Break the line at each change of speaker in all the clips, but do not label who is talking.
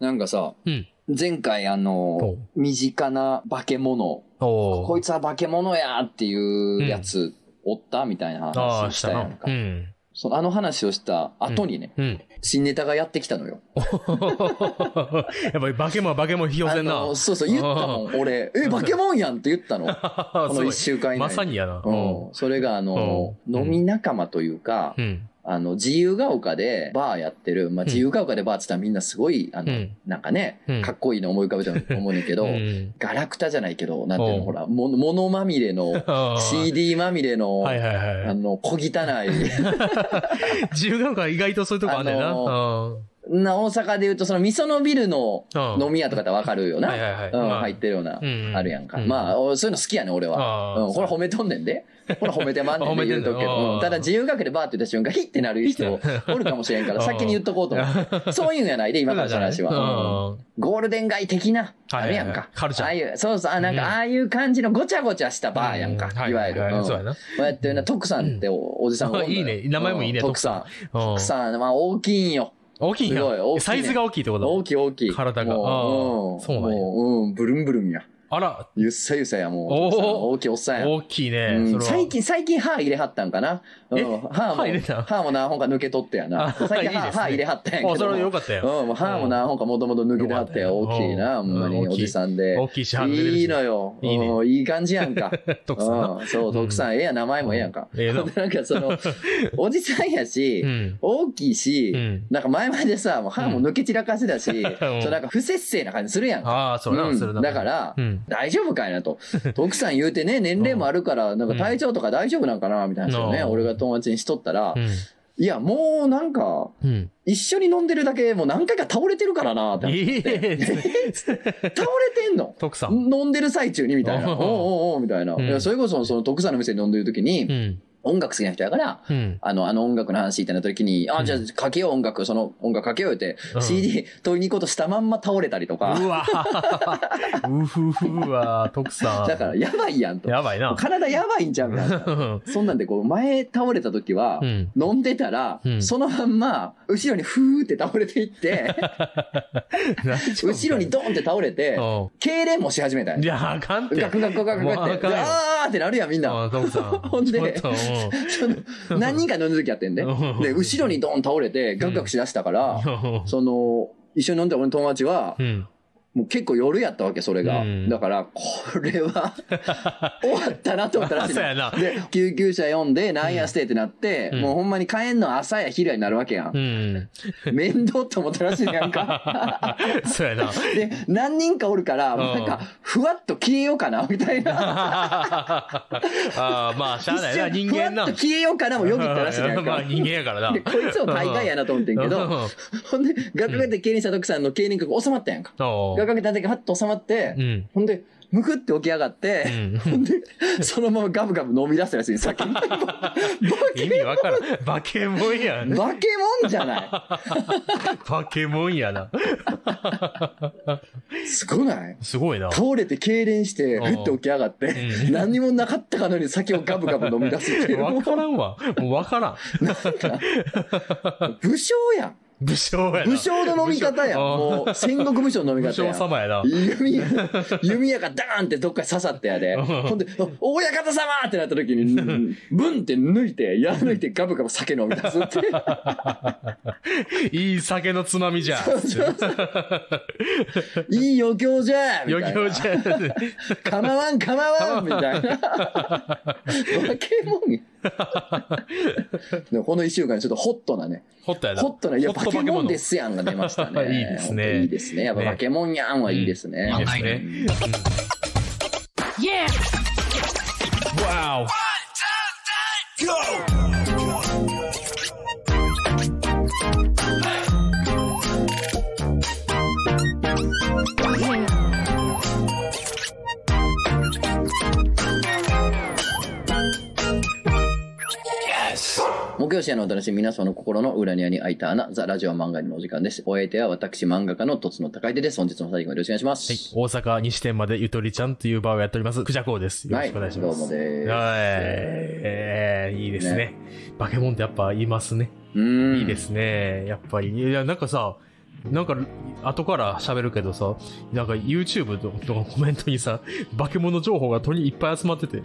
なんかさ、
うん。
前回あの
お、
身近な化け物、
おー
こいつは化け物やっていうやつ、おったみたいな
ああ、
話
した
したやん
な。
か
う。ん。
そのあの話をした後にね、
うん。
新ネタがやってきたのよ。
やっぱり化け物は化け物引き寄せんな
あ。のそうそう、言ったもん、俺。え、化け物やんって言ったの。こ
す
の
ご
一
い
週間以内に。
まさにやな。
うん。それが、あの、
うん
飲み仲間というか、
うん。
あの、自由が丘でバーやってる、まあ、
うん
自由が丘でバーって言ったらみんなすごい、あの、
うん
なんかね
うん、
かっこいいの思い浮かべたと思うねんだけ
う
ど、
ん。
ガラクタじゃないけど、なんていう
うん
の、ほら、もの物まみれの、
あー
CD まみれの、
はいはい
あ
は
の、小汚い、
い。自由が丘意外とそういうとこあんねんな。
あ
うん。
な大阪で言うと、その、味噌のビルの
うん
飲み屋とかってわかるよ
はい
な。
はいはい。
うん、
まあ
入ってるような
う、ん
あるやんか。
う
まあ、おそういうの好きやねん、俺は。
あ
うん、これ
れ
褒めとんねんで。これ褒めてまんねんで言うとくけ
褒めてんの
ど。うんただ自由学でバーって言った瞬間、ヒッてなる 人おるかもしれんから、
うん
先に言っとこうと思 って。そういうんやないで、今からの話は。うん
うん。
ゴールデン街的な、あれやん
はいはいは
か
い。カルチャー
ああいう、そうそう、あなん
う
か、
ん
ああいう感じのごちゃごちゃしたバーやんか
う。はい
わゆる。
は
うんこ
そうやな。
うやってな、徳さんっておおじさんがおんのよ
いいね名前もいいね
うん徳さん。
うん
徳さん、まあ大きいんよ。
大きいんや
すごい大きいね
サイズが大きいってこと
大きい大きい。
体が
もう
あーそうなんや
もう、うん、ブルンブルンや。
あら、
ゆっさゆっさや、もう。
おー
徳さん大きいおっさんや。
大きいね。
うん
それは
最。近、最近歯入れはったんかな。うん
え
歯も
歯入れた
歯も何本か抜け取ってやな。
あ
最近
いい
歯
ですね
歯入れはったんやけど。
あ、それはよかったよ。
うん、もう歯も何本かもともと抜けてはって
よか
大
ったよ
きいな、ほんまに
う
お
ん
じさんで。
大きいし、半
いいのよ。
いいね
うんいい感じやんか。
徳さんな。
うんそう、徳さん、ええやん、名前もええやんか。
うんええな
なんかそ の、おじさんやし、
うん。
大きいうし、
ん。
なんか前までさ、もう歯も抜け散らかしてたし、
ん
そうなんか不節制な感じするやんか。
ああ、そう
う
な、
ん
それな。
だか、ら
う、ん。
大丈夫かいなと。徳さん言うてね、年齢もあるから、なんか体調とか大丈夫なんかな、みたいな話をね、
うん
俺が友達にしとったら
う、ん。
いや、もうなんか、
うん。
一緒に飲んでるだけでもう何回か倒れてるからな、って。
いいね。
倒れてんの
徳さん。
飲んでる最中にみたいな。お
お
う
う
おうおうみたいな。
うん
いやそれこそ、その徳さんの店に飲んでる時に、
うん。
音楽好きな人やから、
うん。
あの、あの音楽の話みたいな時に、あ、
ん
じゃあかけよう音楽、その音楽かけようって、
うん
CD 取りに行こうとしたまんま倒れたりとか、
うわうふふわ、徳さん。
だからやばいやんと。
やばいな。
体やばいんちゃうみたいな。そんなんでこう、前倒れた時は、
うん。
飲んでたら、
うん
そのまんま、後ろにふーって倒れていって、 後ろにドンって倒れて、
う
痙攣もし始めたん
ん。い
や
や、あかんっ
ガ
て。
クガクガクガク
もう
っ
あ
て。
かんよ
であーってなるやん、みんな。
うん徳さん。
ほんで
ちょっとうん
その何人か飲んでる時やってんで。
うん
で、後ろにドン倒れて、ガクガクしだしたから、
う
その、一緒に飲んでた俺の友達は、
ん。
もう結構夜やったわけ、それが。
うん
だから、これは、 終わったなと思ったらしい
そうやな
の。で、救急車呼んで、なんやしてってなって、
うん
もうほんまに帰んの朝や昼やになるわけや。
うんん。
面倒と思ったらしいのやん か。
そうやな。
で、何人かおるから、もうなんか、ふわっと消えようかな、みたいな。
ああ、まあ、しゃあないな、
一
人
瞬
間
ふわ
な
っと。消えようかなもよぎったらしいのやんか。
まあ、人間やからな。
でこいつも大概やなと思ってんけど、ほんで、ガクガクって経理した時さんの経理学が収まったやんか。
うん。
ガクガクって時はっと収まって、
うん。
ほんで、むくって起き上がって
う、ん。
ほん で、そのままガブガブ飲み出したらしい、さっき。化け
意味わからん。バケモンや ん。
物じゃな
バケモンやな。
い。すごない
すごいな。
倒れて痙攣して、
うん
ふって起き上がって、
う
何にもなかったかのように酒をガブガブ飲み出すって いう。も
わからんわ。もうわからん。
う武将やん。
武将やな。
武将の飲み方 やん。
武将
もう、戦国武将の飲み
武
方や
将
ん。
様やな。
弓、弓矢がダーンってどっかに刺さってやで。
うん
ほんで、お親方様ってなった時に、ブンって抜いて、や抜いてガブガブ酒飲み出すって。
いい酒のつまみじゃ。
いい余興じゃみたいな。
余興じゃ。
構わん、構わんみたいな。化け物や。でもこの一週間ちょっとホットなね。
ほったやな。
ホットな、いや、
ホッ
化
ト
け
化け
物
物
ですやんが出ましたね。
いいですね
本当いいですね。やっぱ
ね
化け物やんはいいですね。
いいですね。Wow!
木曜深夜のお楽しみ、皆様の心の裏庭に開いた穴、ザ・ラジオ漫画にのお時間です。お相手は私、漫画家のとつの高い手です。本日も最後までよろしくお願いします。
はい、大阪西店までゆとりちゃんというバーをやっております。クジャコウです。よろしくお願いしま
はいどうも
す。
です
はい、えーいいですね。バケモンってやっぱいますね。
うん
いいですね。やっぱり。いや、なんかさ、なんか、後から喋るけどさ、なんか YouTube のコメントにさ、化け物情報がとにいっぱい集まって て。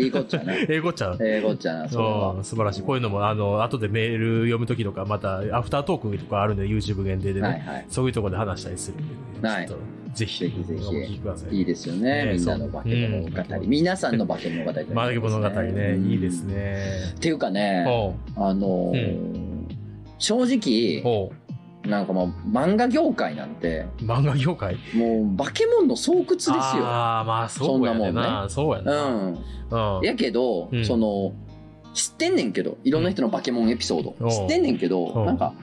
英語っちゃな。
英語っちゃな。
英語っちゃ な、それは
う。ん素晴らしい。こういうのも、あの、後でメール読むときとか、また、アフタートークとかあるんで、YouTube 限定でね、
はいはい
そういうところで話したりするんで、
はい
ちょっとぜひ、
ぜひぜひ
お聞きください。
いいですよね、
ね
みんなの化け物語。
そううん
皆さんの化け 物語、ね。
マーケ物語ね、いいです
うん。
ね
っ。ていうかね、
おう
あのー正直、
おう
なんかもう漫画業界なんて、
漫画業界
もう化け物の巣窟ですよ。
ああ、まあ、そうやねん
そんな
な。そうやねん
う
な。
ん。
うん。
やけど、
うん
その知ってんねんけどいろんな人のバケモンエピソード、
うん
知ってんねんけ
う
ど
ん
なんか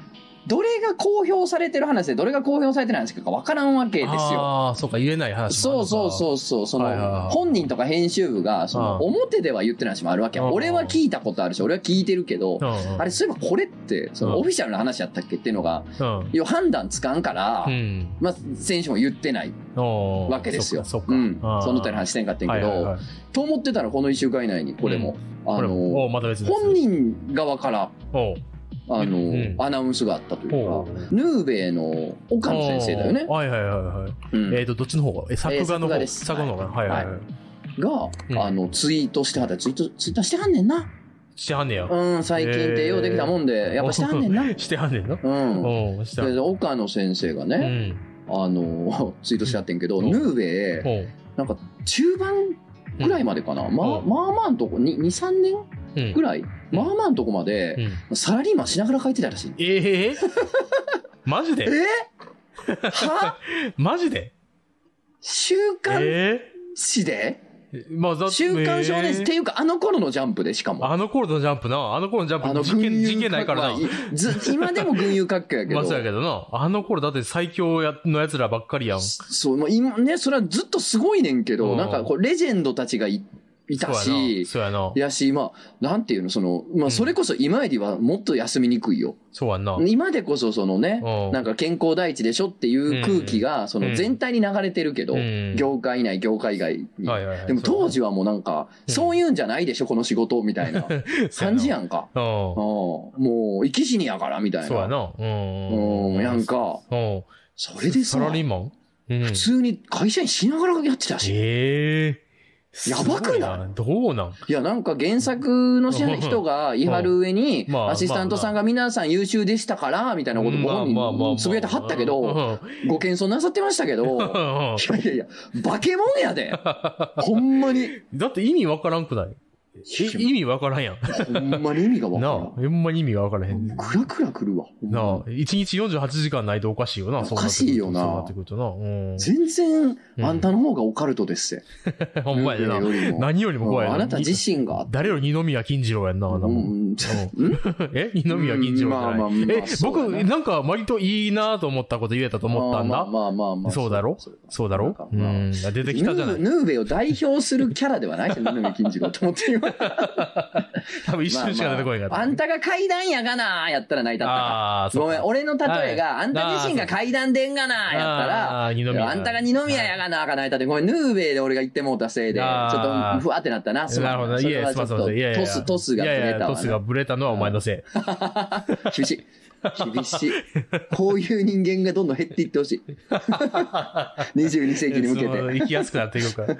どれが公表されてる話でどれが公表されてない話かわからんわけですよ。
ああ、そうか、言えない話もある
そ
の
う
か
そうそうそうその、
はいはいはい
本人とか編集部がその
う
表では言ってない話もあるわけや、
うん
俺は聞いたことあるし俺は聞いてるけど、
うんうん。
あれそういえばこれってそうの
ん
オフィシャルな話やったっけっていうのが
うん。
要は判断つかんから、
うん。
まあ、選手も言ってない
おー
わけですよ。
そっか、そっか
うん、その他の話
し
してんかって
て
んけど、と思ってたらこの1週間以内にこれも、あ
これ
の
も、おーまた別です
本人側から
おう
あの、
うん
アナウンスがあったという
お
か、
う
ヌーベイの岡野先生だよね
お、うはいはいはいはい。
うん
えっと、どっちの方がえ、作画の
作画
方
です
作画の方がはいはいは。
はいが、
うん
あのツイートしてはったツイートツイートしてはんねんな、
してはんねや。
うん、最近ってようできたもんで、やっぱしてはんねんな、
してはんねんの
うん、
おうしてはん
で岡野先生が
う
ね、
ん。
あのツイートしてはってんけど、
うん
ヌーベイ
おう
なんか中盤ぐらいまでかな、まあ
うん
まあまあんとこ23年
うん
ぐらい、まあまあんとこまで、
うん
サラリーマンしながら書いてたらしい
え えマジで
え は
マジで
週刊
え
誌で、
えまあ、だって
週刊少年誌、っていうかあの頃のジャンプでしかも
あの頃のジャンプな、あの頃のジャンプ、事
群
件、
雄
事件ないからな。
まあず今でも群雄割拠やけ
ま
ど
あ、そうやけどな。あの頃だって最強やの奴らばっかりやん。
そうまあ今ねそれはずっとすごいねんけど、
うん
なんかこうレジェンドたちがいいたし
そうやな。
やしまあなんていうのその、ま
う
あ、
ん
それこそ今よりはもっと休みにくいよ、
そうやな。
今でこそそのね、
うん
なんか健康第一でしょっていう空気がその全体に流れてるけど、
うん
業界内業界外に、
はいはいはい
でも当時はもうなんか、
うん
そういうんじゃないでしょこの仕事みた いな感じやんか。
そうや
ああもう生き死にやからみたいな。
な。そうやな。うん。
うん、やん。か。
うん。
それで
サ
さ、
ラリーマンうん。
普通に会社員しながらやってたし。
ええ
やばくない
すごどうなん
いや、なんか原作の知らない人が言い張る上に
うんま、あ
アシスタントさんが皆さん優秀でしたから、みたいなことご本人つぶやいてはったけど、
ど。
ご謙遜なさってましたけ ど、
う
い
んうん
やいやいや、化け物や で。ほんまに、
だって意味わからんくないえ意味わからんやん。
ほんまに意味がわか
な
ら
あ、
ん。
ほんまに意味がわからへんね。
クラクラくるわ。ほんまに
なあ、一日48時間ないとおかしいよな、そう
おか
なってくると
しいよな
そうなってくるとな。うん。
全然、
うん
あんたの方がオカルトですって。
ほんまや
ル
な。
ーベよりも
何よりも怖い
うん
な。
あなた自身が。
誰より二宮金次郎やんな、あんなもん
うん
うん え二宮金次郎じゃ
うんまあまあま
な
あ
いえ、
そうだ
僕
な、
なんか割といいなと思ったこと言えたと思ったん
まあ
だ。
まあまあまあ。
そうだろ
うか
そうだ
なん
ろ
か
う
まあ
ん。出てきたじゃない。
ヌーヌーベを代表するキャラではないですよ、ヌーベ金次郎と思って今。
多 分一瞬しか出てこないか
まあまあ
ら
あん。たが階段やがなーやったら泣いたったか
ああ、
ごめん、
っ
俺の例えが、
はい
あんた自身が階段でんがなーやったら、
あー二
い
宮
やあんたが二宮やがなーが泣いたって、ごめん、ヌーベで俺が言ってもうたせいで、ちょ
あー
っとふわってなったな、すま
なるほ
ん
ど。
そ
い
れ
や、
は
す
ち
い
ょ
ま
っ
せ
と
ん。いやいやいや
トス、トスが
い
ブ
やい
レ
や
た
ト
わ
スが
な。
ブレたのはお前 のせい。
厳しい。厳しい。こういう人間がどんどん減っていってほ しい。22世紀に向け
そう
て。
生きやすくなっていくから。
い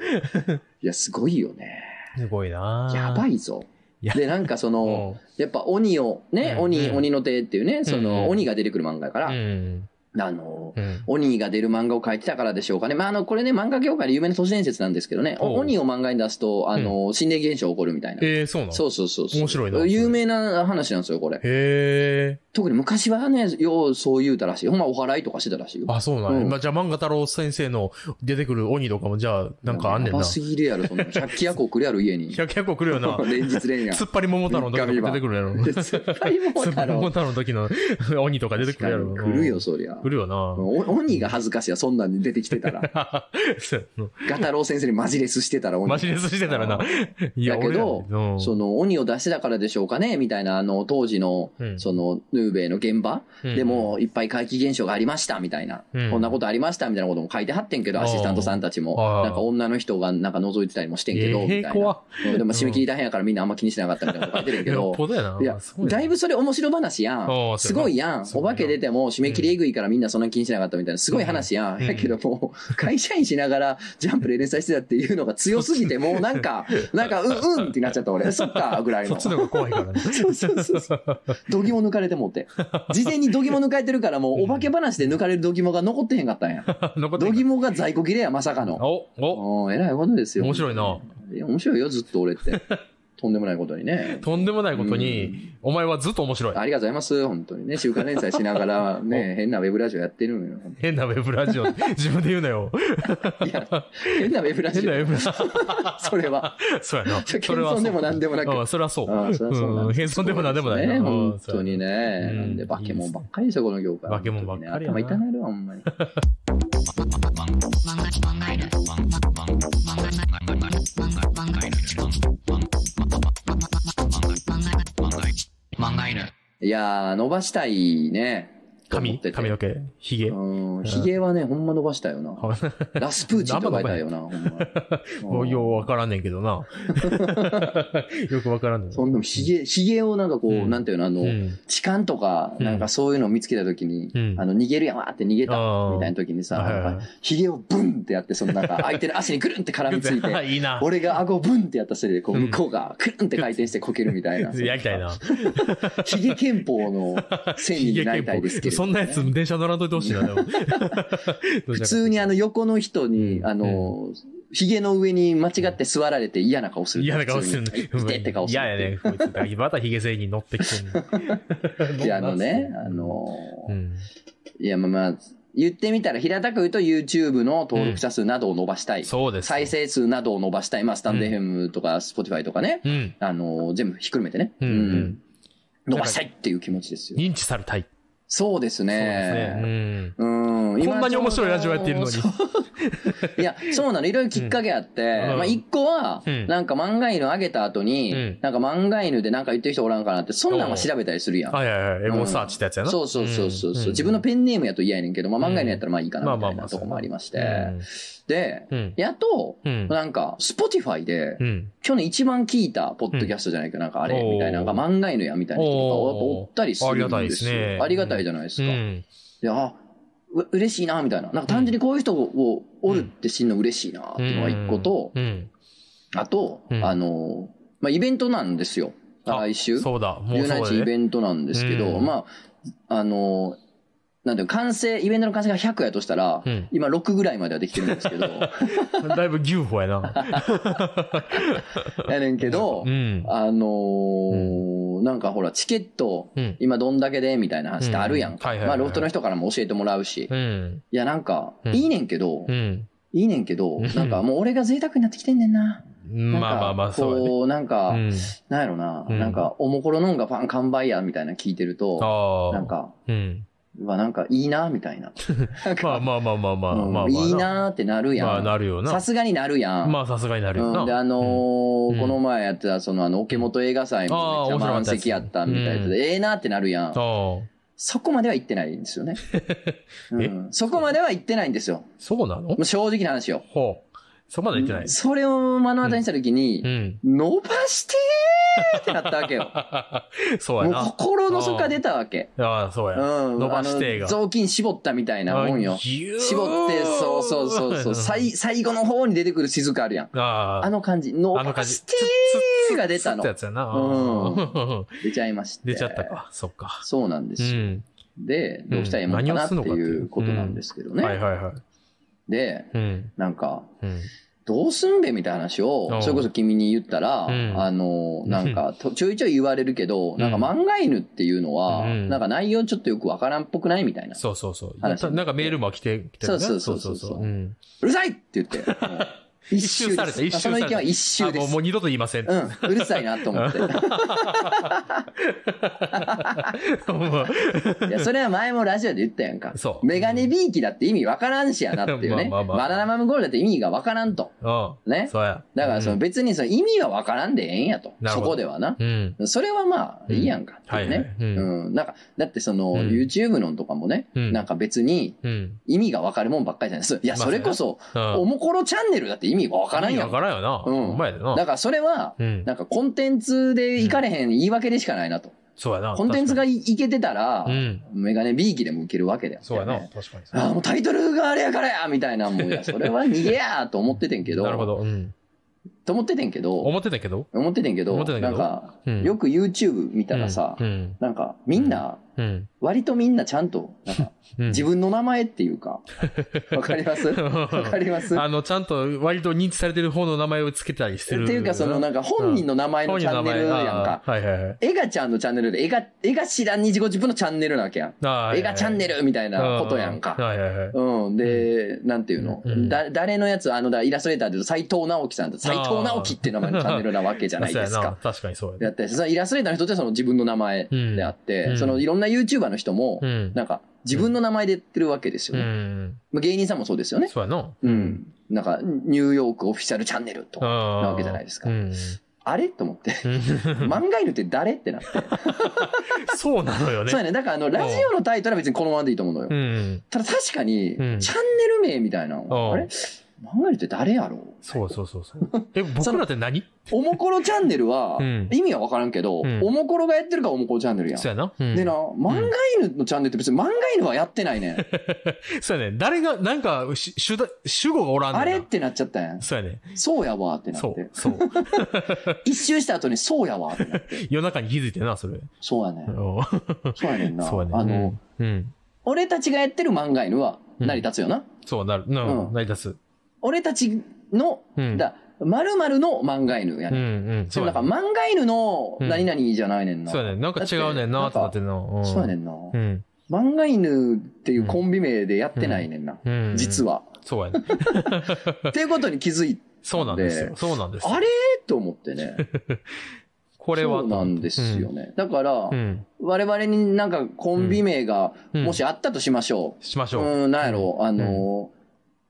や、すごいよね。
すごいな
やば
い。
いぞ。
や
で、なんかその、
う
やっぱ鬼を、ね、
うん
鬼、
うん
鬼の手っていうね、そ
うんう
の、
ん
鬼が出てくる漫画やから、
ん。
あの、
うん。
鬼が出る漫画を描いてたからでしょうかね。まあ、あの、これね、漫画業界で有名な都市伝説なんですけどね、お
おう
鬼を漫画に出すと、あの、心霊現象起こるみたいな。
えー、そうなの
そうそうそうそう。
面白いなそれ
有名な話なんですよ、これ。
へえ。
特に昔はね、ようそう言うたらしい。ほんまお祓いとかしてたらしいよ。
あ、そうなん
う
や
ん
まあじゃあ、漫画太郎先生の出てくる鬼とかも、じゃあ、なんかあんね
や
んな。
ばすぎるやろ、そん なの。百鬼夜行来るやろ、家に。
百結構来る よな。
連日連 夜。
突っ張り桃太郎の時とか出てくるやろ。突
すっぱりもう
っ張
だ
り
ろ
桃
う。
太郎の時の鬼とか出てくるやろ。
来るよ、そりゃ。
来るよな。
お鬼が恥ずかしいや、そんなんに出てきてた ら。
そうや
ガタロウ先生にマジレスしてたら
な
鬼。
マシレスして たらな。い
だけど
俺らねうん
その鬼を出してたからでしょうかねみたいな、あの、当時の、
うん
その、えヌーベイの現場
うん
で、も、いっぱい怪奇現象がありました、みたいな。
うん
こんなことありました、みたいなことも書いてはってんけど、
あー
アシスタントさんたちも
はい。
なんか女の人がなんか覗いてたりもしてんけど、みた
え
い
え
な。
怖っ
うんでも締め切り大変やからみんなあんま気にしなかったみたいなこと書いてるけ
よ
ど
っ。ぽどやな。
いや
すご、いな
だいぶそれ面白話や
お
ん。
ー
すごいやん。
そう
お
やな
化け出ても締め切りえぐいからみんなそんな気にしなかったみたいな。すごい話や
うん
ん。やけどもう、会社員しながら ジャンプで連載してたっていうのが強すぎて、もうなん か、なんか、うんうんってなっちゃった俺。そっか、ぐらい
そ
の
っち。の方が怖いからね。
そうそうそう そ度肝抜かれてもって。事前に度肝抜かれてるからもうお化け話で抜かれる度肝が残ってへんかったん や。
残って
度
る
肝が在庫切れや、まさかの。
お、お、
うんえらいことですよ。
面白いな。
いや面白いよ、ずっと俺って。とんでもないことにね。
とんでもないこと
うん
に、お前はずっと面白い。
ありがとうございます、本当にね。週刊連載しながら、 ね、変なウェブラジオやってるのよ。
変なウェブラジ オ。自分で言うなよ。
いや、変なウェブラ
変
ジ
なウェブラ ジ
オ。それは。
オ。そうやな。
謙
それは
遜
そう。
でも何でもなく。
うんそれはそう。
ああそりゃそうなん
うん謙遜でも何でもないな
ね、
うん
本当にね。
う
なんんで、化け物ばっかりですよ、この業界。
化け物ばっかりやな
頭痛なるわ、ほんまに。いやー、伸ばしたいね。と
髪
思ってて
髪の毛髭
うん、ひげはね、ほんま伸ばしたよな。ラスプーチンとかいたよな、ほんま。
もう ようわからんねん けどな。よくわからんねん。
そんでもひげ、ひげをなんかこう、
うん
なんていうの、あの、
うん。
痴漢とか、
うん
なんかそういうのを見つけたときに、
うん
あの、逃げるやんわーって逃げた、
あー
みたいなときにさ、
はいはいはい
なんかひげをブンってやって、その なんか相手の足にくるんって絡みついて、
いいな。
俺が顎をブンってやったせいで、こう、
うん
向こうがくるんって回転してこけるみたいな。
やりた いな。
ひげ憲法の 千人になりたいですけれど
そ
も
ん
ね、
なやつ電車乗らんといてほしいな、でも。
普通にあの横の人に、
うん
あの、ひげの上に間違って座られて嫌な顔する。
嫌な顔するね
普通に痛いって顔。する。
嫌やね、こいつ。またヒゲ製に乗ってきてんの
いや、あの ね、あ、の、
うん。
いや、まあまあ、言ってみたら、平たく言うと YouTube の登録者数などを伸ばしたい。
そうです。
再。生数などを伸ばしたい。まあ、スタンデーヘムとか Spotify とかね。
うん。
あの、全部ひっくるめてね。
うんうん
伸ばしたいっていう気持ちですよ。
認知されたい。
そうです
そうですね。う
ね。
ん。
うん。
こんなに面白いラジオやっているのに。
そういや、そうなの。いろいろきっかけあって。
うん
まあ、一個は、
うん
なんか漫画犬あげた後に、
うん
なんか漫画犬でなんか言ってる人おらんかなって、そんなんは調べたりするやん。
はいはいはい。エゴサーチってやつやな。
そうそうそうそう。うん自分のペンネームやと嫌やねんけど、まあ
うん
漫画にやったらまあいいか
ま
な
あ
みた
まあ
い
まあ
なとこもありまして。
うん
で、
うん。
やっと、
うん。
なんか、Spotify で、
うん。
去年一番聞いたポッドキャストじゃないか、なんかあれみたいな、
おー
なんか漫画犬やみたいな人とか
おー
やっぱおったりするんですよ。
ありがたいですね
ありがたいじゃないです
う
か。い
ん。
や、あう嬉しいな、みたいな。なんか単純にこういう人をおるって知んの嬉しいな、っていうのが一個と、
うん。
あと、
うん
あの、まあイベントなんですよ。
あ
来週。
そうだ、もう
17
そう
日イ
だね。
ベントなんですけど、
うん
まあ、あの、なんていうの完成、イベントの完成が100やとしたら、
うん
今6ぐらいまではできてるんですけ ど、
だいぶ牛歩やな。
やねんけど
う、ん。
あのーなんかほら、チケット、
うん。
今どんだけでみたいな話ってあるやんか。
うんはいはい
ま
は
あ、
い
ロフトの人からも教えてもらうし。い
うん。
や、なんか、
うん
いいねんけど、
うん。
いいねんけど、なんかもう俺が贅沢になってきてんねんな。
まあまあま
なん
あ、
か
そう
こう、なん
だ
か、
ね。うん。
なんやろな、
うん
なんか、おもころのんがパン完売や、みたいな聞いてると、
ああ。
なん。か、
うん。
うわ、なんかいいな、みたいな。なんか
まあまあまあまあまあまあまあ。
うんいいなーってなるやん。
まあなるよ
さ
な。
すがになるやん。
まあさすがになるよ
う
な。
ん、で、あのー
うん
この前やってた、その、あの、桶本映画祭もめっちゃ満席やったみたい
あー面白かったです
で、
ね
ええなーってなるやん。
ああ。
そこまでは行ってないんです よね。うん、そこまでは行ってないんですよ。
そうなの
もう正直な話よ。
ほう。そこまで言ってない。
それを目の当たりにしたとき
う
に、
ん。
伸ばしてーってなったわけよ。
そうや
もう
な。
心の底が出たわけ。
ああ、そう
う
や。
ん。
伸ばしてーが
あの雑巾絞ったみたいなもんよ。
ぎゅー
絞って、そうそうそうそう。最、最後の方に出てくる雫あるやん。
あ
あ
あ。
の感じ、伸
あの
ば
感じ。
してーが出たの
つっ。つってやつやな。
う
うん。
出ちゃいまして。
出ちゃった。か。そっか。
そうなんで
う
すよ。
ん。
で、どうしたらいいのかなって
うん何をするのかって
い
いう
うことなんですけどね。
はいはいはい。
で、
うん。
なんか、
うん。
どうすんべみたいな話
う
を、
ん
それこそ君に言ったら、
うん
あの、なんか、とちょいちょい言われるけど、
ん
なんか漫画犬っていうのは、
うん
なんか内容ちょっとよくわからんっぽくないみたいな。
そうそうそう。
話
なんかメールも来て、来て
そうそうそうそう
うん。
うるさいって言って、もう
一周された、
です
一周
そ
さ
の
れ
意見
た。
は一周
あ
で
もう
す
も。う二度と言いません。
うん、うるさいなと思 って。
もう
いや、それは前もラジオで言ったやんか。
そう。
メガネビーキだって意味わからんしやなっていうね。
まあまあまあ
バナナマムゴールドだって意味がわからんと。
うん。
ね。
そうや。
だからその
うん
別にその意味はわからんでええんやと。
な
そ
るほど
こではな。
うん。
それはまあいいやんかって
はいいうは
ね。
い。うん。
うん。なんか、だってその
うん
YouTube のとかもね、
うん
なんか別に
うん。
意味がわかるもんばっかりじゃないです。いや、
まあ
それこそ、
うん
おもころチャンネルだって意味がわからんやん。
わからんよな。
うん
うまいでな。
だからそれは、
うん。
なんかコンテンツでいかれへん言い訳でしかないなと。
そうやな。
コンテンツがいいけてたら
確か、に。うん。
メガネビーキでも受けるわけだよ。
そうやな。確かに。
あーもうタイトルがあれやからやみたいなもんい や、それは逃げやと思っててんけど、
なるほど。うん。
と思っててんけど、
思ってたけど。
思っててんけど、
思ってたけ
な
ど
んか、
うん。
よ
く
く YouTube 見たらさ、
うん。
なんかみんな、
うん。
割とみんなちゃんと、なんか
うん
自分の名前っていう か、わかりますわかりますっ
あの、ちゃんと割と認知されてる方の名前をつけたりして
て
る。
いうか、そのなんか本人の名前のチャンネルやんか。
あーはいはいはい。
エガちゃんのチャンネルで、エガ、エガ知らん2時50分のチャンネルなわけやん。
あ
エガチャンネ
ル
ルみたいなことやんか。
はいはいはい。
うん、で、なんていうの、
うん
だ誰のやつ、あの、だイラストレーターで言うと斎藤直樹さんだ斎藤直樹っていう名前 のチャンネルなわけじゃないです
そうやな
か。
確かにそう
だ
や
って、そのイラストレーターの人ってその自分の名前
ね。
であって、
うん
そのいろんな YouTuber の人も
う、ん。
なんか自分の名前で言ってるわけですよ
う
ね。
ん。
まあ芸人さんもそうですよね。
そうやな。
うん。なんか、ニューヨークオフィシャルチャンネルとか、
な
わけじゃないですか
うん。
あれと思って、漫画犬って誰ってなって。
そうなのよね
そう。やね。だから、あの、ラジオのタイトルは別にこのままでいいと思うのよ。
うん。
ただ確かに、チャ
う
ンネル
ん
名みたいなの、
うん
あれ漫画犬って誰やろう
そうそうそうそう。え、僕らって何
おもころチャンネルは
うん、
意味は分からんけど、
うん
おもころがやってるからおもころチャンネルやん。
そうやな。うん
でな、漫画犬のチャンネルって別に漫画犬はやってない ねん。
そうやね。誰が、なんか、し主だ主語がおらんねんな
あれってなっちゃったやん。
そうやね。
そうやわってな
そ
っ
う
て。。
そう。
一周した後にそうやわってなって。
夜中に気づいてな、それ。
そうやね
うん
ん。そうやねんな。
そうやね。
あの、
うん、うん。
俺たちがやってる漫画犬は成り立つよな。
そうなる。な
う
る
ん
成り立つ。
俺たちの、
うん。
だ、〇〇の漫画犬や
うん
ねん。
うん。
で
そう
も
や
なんか
ね。
漫画犬の何々じゃないねんな。
そうやね。なんか違うねんな、とかってな。ん
そうやねんな。
うん。
漫画犬っていうコンビ名でやってないねんな。
うん。
実
は。
は。
そうやね。
っていうことに気づいて、
そうなんですよ。そうなんですよ。
あれと思ってね。
これは。
そうなんですよね。だから
う、ん。
我々になんかコンビ名が
うん
もしあったとしましょ
しまし
う。
ょう。
うん、なんやろ、あのー、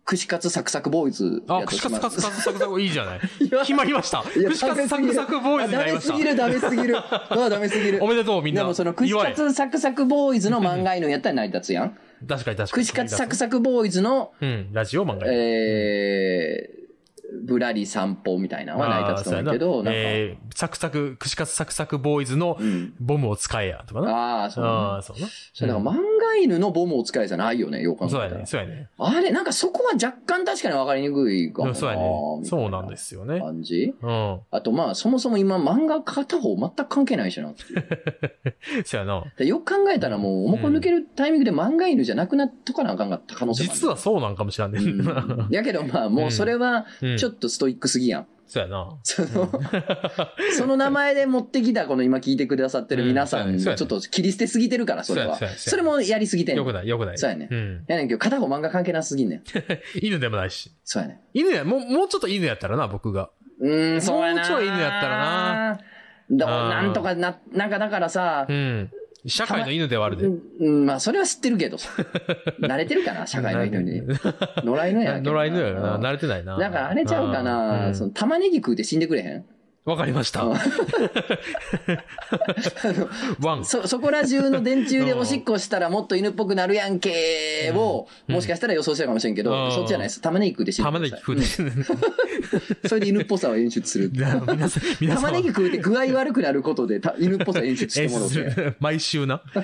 串カツサクサクボーイズ
あ、
やと
串
し
カ
ま
ツカツカツサクサクいいじゃな い。
いや
決まりました。
いや
串カツサクサクボーイズにな
ダ
り
メ
ますした
ぎ。る、ダメす ぎる。あダメすぎる
お。めでとうみん
で
な。
もその串
祝
カ
え
ツサクサクボーイズの漫画犬やったら成り立つやん。
確かに確かに。
串カツサク
サ
サクボーイズの、
ク。うん、ラジオ漫画。
えー、ぶらり散歩みたいなのは成り立つと思うけど、
あー
なん
そう
か
や、えー、サクサク、串カツサクサクボーイズの
うん。
ボムを使えや、とかな。
ああ、そうね
ああー、そうな。
それなんか漫画犬のボムを使いじゃないよね、よう考えた
そう
ら。
やね、そうやね。
あれ、なんかそこは若干確かに分かりにくいかもな。。
そうやね。そうなんですすよね。
感じ
うん。そ
あとまあ、そもそも今漫画片方全く関係ないしなっていう
うやな。
でよく考えたらもう、おもこ抜けるタイミングで漫画犬じゃなくなっとかなあかんかった可能性もある。
実はそうなんかもしれんね。
うん。やけどまあ、もうそれは、
うん
ちょっとストイックすぎやん。
そうやな。
その、 その名前で持ってきた、この今聞いてくださってる皆さ
うん
ん、
そう
ち
や
ょ
ね
っと切り捨てすぎてるから、それは
そうやねそうやね。
それもやりすぎてんね
よ
ん
くない、よくない。
そうやね
うん。
やねんけど、片方漫画関係なすぎんねん。
犬でもないし。
そうやねん。
犬や、もう、もうちょっと犬やったらな、僕が。
うーん、そうやな。
もうちょい犬やったらな。
でも、
うん
なんとかな、なんかだからさ
う、ん。社会の犬ではあるで
う。んうん、まあ、それは知ってるけ どさ。慣れてるかな、社会の犬に。野良犬やけど
野良犬やな。
うん
慣れてないな。
だからあれちゃうか
う
な、
ん
その玉ねぎ食うて死んでくれへん
わかりました。
うん
ワン。
そ、そこら中の電柱でおしっこしたらもっと犬っぽくなるやんけを、
うん
もしかしたら予想してるかもしれんけ
う
ど、
ん
そっちじゃないです。玉ねぎ食うて死んで
玉
く
ね
ださ
ぎ
い
食うて死ぬ。
うんそれで犬っぽさを演出す る。
な皆さん、皆さ
玉
ん
ねぎ
は
食うて具合悪くなることでた犬っぽさ演出して
演
もら
出
っ
す
て。
る。毎週な。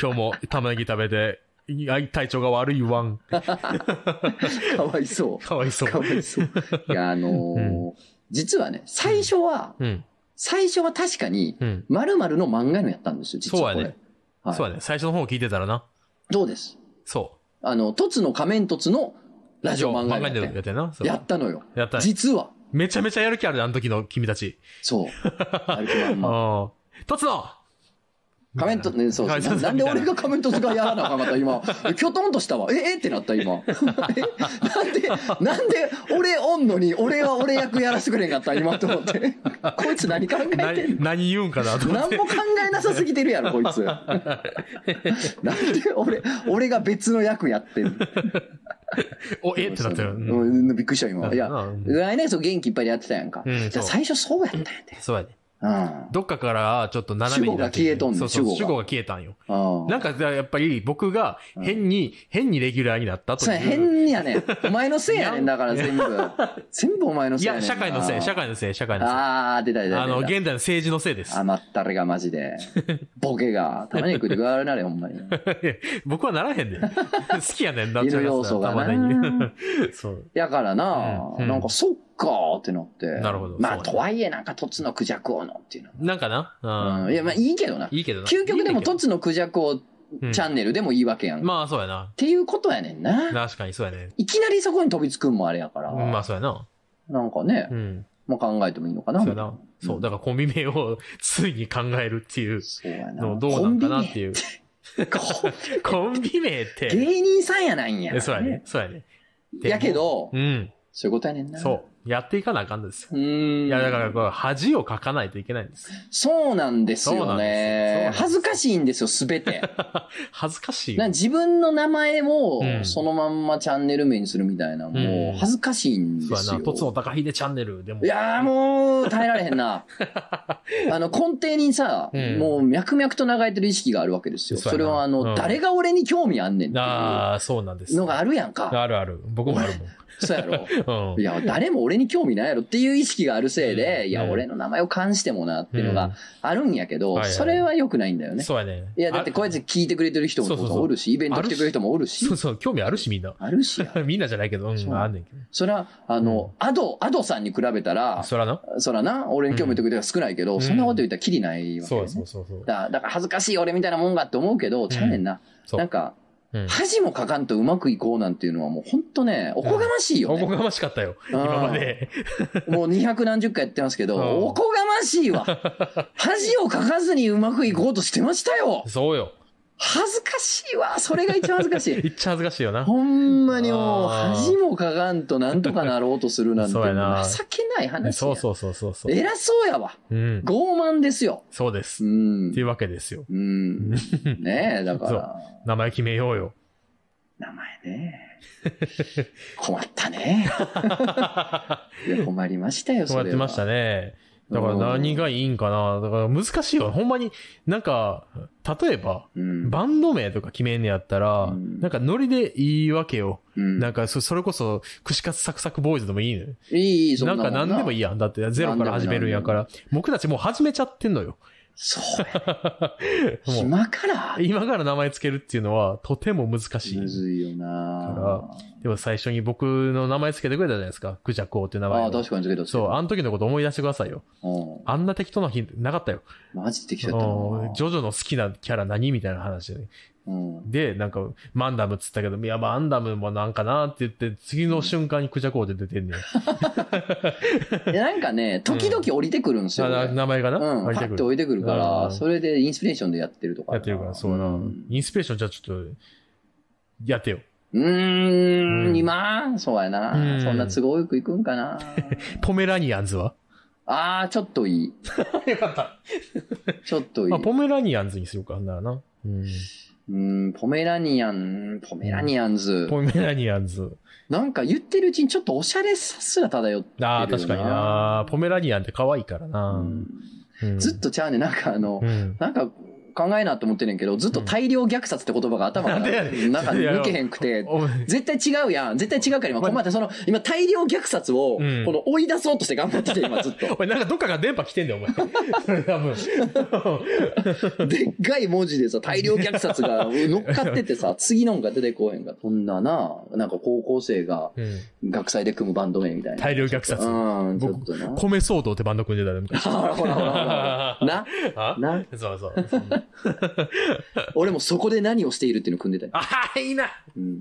今日も玉ねぎ食べて、いや体調が悪いワン。
かわいそ。
かわいそうう
か。わいそう。いや、あのー実はね、最初は、
うん。
最初は確かに、
うん。
〇〇の漫画のやったんですよ、実はこれ。
そうやね
はい、
そうやね。最初の方を聞いてたらな。
どうです
そ
あの、トツの仮面トツの
う。
ラジオ漫画
漫画
の
で
や
や
っ
ってんな。そ
た
う
やったのよ。
やった。
実は。
めちゃめちゃや る気あるで、あの時の君たち。
そう。やる気満々
うん。とつの
仮面と、ね、そう
は
そ
いうそ
なな
うそう
んで俺が仮面凸がやらなあかんかった 今。きょとんとしたわ。え、えってなった今。えなんで、なんで俺おんのに俺は俺役やらせてくれんかった今と思っ て。こいつ何考えてん
何
の
何言うんかなと思っ
何
て
も考え なさすぎてる やろ、こいつ。なんで俺、俺が別の役やってんの
おえってなったよ、うん
うん、びっくりした今。いや、
うん
来年そう元気いっぱいでやってたやんか。
うんそう
じゃあ最初そうやったんやで。
そうやね
うん。
どっかからちょっと斜めになって
主語が消えとんねん
そうそ
主
う
語が
主語が消えたんよ
うん
なんかやっぱり僕が変に、変にレギュラーになったと
そ
いう
れ変やねん。お前のせいやねんだから全部。 全部お前の
い
せいやね
や
ん。
社会のせい社会のせい社会のせい
ああ、出た出た出た。
あの現代の政治のせいです
甘ったれがマジで。ボケが。たまに食ってくわれなれ、ほんまに。
僕はならへん ねん好きやねんなっ
い
ちゃ
る
い
要
ます
素
た
が
ま
な
に そう
やからな
う、んうん
なんかそっかーってなって。
なるほど
まあ、
そうね
とはいえなんか、トツのクジャク王のっていう
なんかな
の。
あ
う
ー
ん。いや、まあいいけどな。
いいけどな
究極でもト
と
ツのクジャク王チャンネルでもいいわけやん。っ
まあそうやな
ていうことやねんな。
確かにそうやね
いきなりそこに飛びつくんもあれやから。
まあそうやな
なんかね
う、ん
まあ考えてもいいのかな。
そうやなそうだからコンビ名をついに考えるっ ていう
そうやな。
のどうなんかなっていう
コンビ名
コンビ名って
芸人さんやないんや、
えそうやね。そうやね。で
やけど、
うん。
そういうことやねんな。
そう。やっていかなあかんのですよ。
うーん。
いや、だから、こう、恥をかかないといけないんです。
そうなんです
そうな
よ
んですよそうな
ね
ん。です
恥ずかしいんですよ、すべ て。
恥ずかしい
な。自分の名前を
うん
そのまんまチャンネル名にするみたいな、も
うん
う恥ずかしいんで
そう
す
や
よ
な。。とつの高秀チャンネルでも。
いやーもう耐えられへん な。あの根底にさ、
うん
もう脈々と流れてる意識があるわけですよ。
そ
そ
うやな
れはあの、
うん
誰が俺に興味あんねんっていう
ああ、そうなんです。
のがあるやんか。
あるある。僕もある
そうや ろ。
もん。う
い
ん。
や、誰も俺に興味ないやろっていう意識があるせいで、
うん
いや、
うん
俺の名前を冠してもなっていうのがあるんやけど、
はいはい
それは良くないんだよ
うん
ね。
そうやね。
いや、だってこうやって聞いてくれてる人も
そうそうそう
おるし、イベント来てくれる人もおる
あ
し
そう、そう、興味あるし、みんな。
あるしや。
みんなじゃないけど、う
そ
ん、
う
あんねんけど。
そら、あの、アド、アドさんに比べたら、
そらな。
そらな、俺に興味持ってくれたら少ないけど、
うん
そんなこと言ったらキリないわけ
そ
よ
うそ
ね
う。そうそう。
だだから恥ずかしい俺みたいなもんがって思うけど、ちゃうねんな。
そう
なんか、
うん
恥もかかんとうまくいこうなんていうのはもうほんとね、おこがましいよ
お
ね
こ。がましかったよ。
うん
今まで。
もう200何十回やってますけど、
うん
おこがましい わ。恥をかかずにうまくいこうとしてましたよ。
そうよ。
恥ずかしいわ。それが一番恥ずかしい。
いっちゃ恥ずかしいよな。
ほんまにもう、
あー
恥もかかんとなんとかなろうとするなんて、
そうやな
情けない話や。
そうそうそうそうそう。
偉そうやわ。
うん。
傲慢ですよ。
そうです
う。ん
ってい。うわけですよ。
うん。ねえ、だか
そ
ら、
名前決めようよ。
名前ね。困ったね。いや、困りました よ、そ
そう
れ
や
は。
ってましたね。だから何がいいんかな。だから難しいよ。ほんまに、なんか、例えば、
うん。
バンド名とか決めんねやったら、
うん
なんかノリでいいわけよ。
うん
なんかそ、それこそ、串カツサクサクボーイズでもいいのよ。
いい、いい、そん
な
なん
か
も
何でもいい
い。
やん。だってゼロから始めるんやから。僕たちもう始めちゃってんのよ。
そう
もう
暇から
今から名前つけるっていうのは、とても難し
む
い。
ずいよな
かでも最初に僕の名前つけてくれたじゃないですか。クジャコウっていう名前を。
ああ、確かにつけた。
そう、あ
あ
の時のこと思い出してくださいよ。
う
あんな適当な日なかったよ。
ん。マジできちゃったな
うんジョジョの好きなキャラ何みたいな話で、
うん。
で、なんか、マンダムっつったけど、いや、マンダムもなんかなって言って、次の瞬間にクジャコウで出てんねん。
いやなんかね、時々降りてくるんですよ。
あな
俺
名前がな、
うん。
入っ
パ
て
ッ
く
と
る。
降りてくるか
うん
ら、それでインスピレーションでやってるとか。
やってるから、そうな。
ん
インスピレーションじゃあちょっと、やってよ。
うー、
うんん
今そうや
う
な。
ん
そんな都合よくいくんか な。
ポメラニアンズは
ああ、ちょっといい。
よかった。
ちょっといい
まあ、。ポメラニアンズにしようか、ならな。 うん。
うん、ポメラニアン、ポメラニアンズ。
ポメラニアンズ。
なんか言ってるうちにちょっとおしゃれさすら漂ってるよな。
ああ、確かにな。ポメラニアンって可愛いからな。
うん
うん
ずっとちゃうね、なんかあの、
うん。
なんか考えなと思ってんねんけど、ずっと大量虐殺って言葉が頭か
なんでや
ら
ねん
なんか抜けへんくて、
お前
絶対違うやん。絶対違うから今
お前
困って、その、今大量虐殺を、こ
うん
の追い出そうとして頑張ってて、今ずっと。
お前なんかどっかが電波来てんだよ、お前。それ多分。
でっかい文字でさ、大量虐殺が乗っかってて さ、次のんが出てこうへんが。そんなな、なんか高校生が
うん
学祭で組むバンド名みたいな。
大量虐殺。
うん、ちょっ
僕
とな。
米騒動ってバンド組んでたね、昔。
ほらほらほらほら。な、
あ
な。
そうそう。そんな
俺もそこで何をしているっていうの組んでたよ、
ああ、いいな
うん、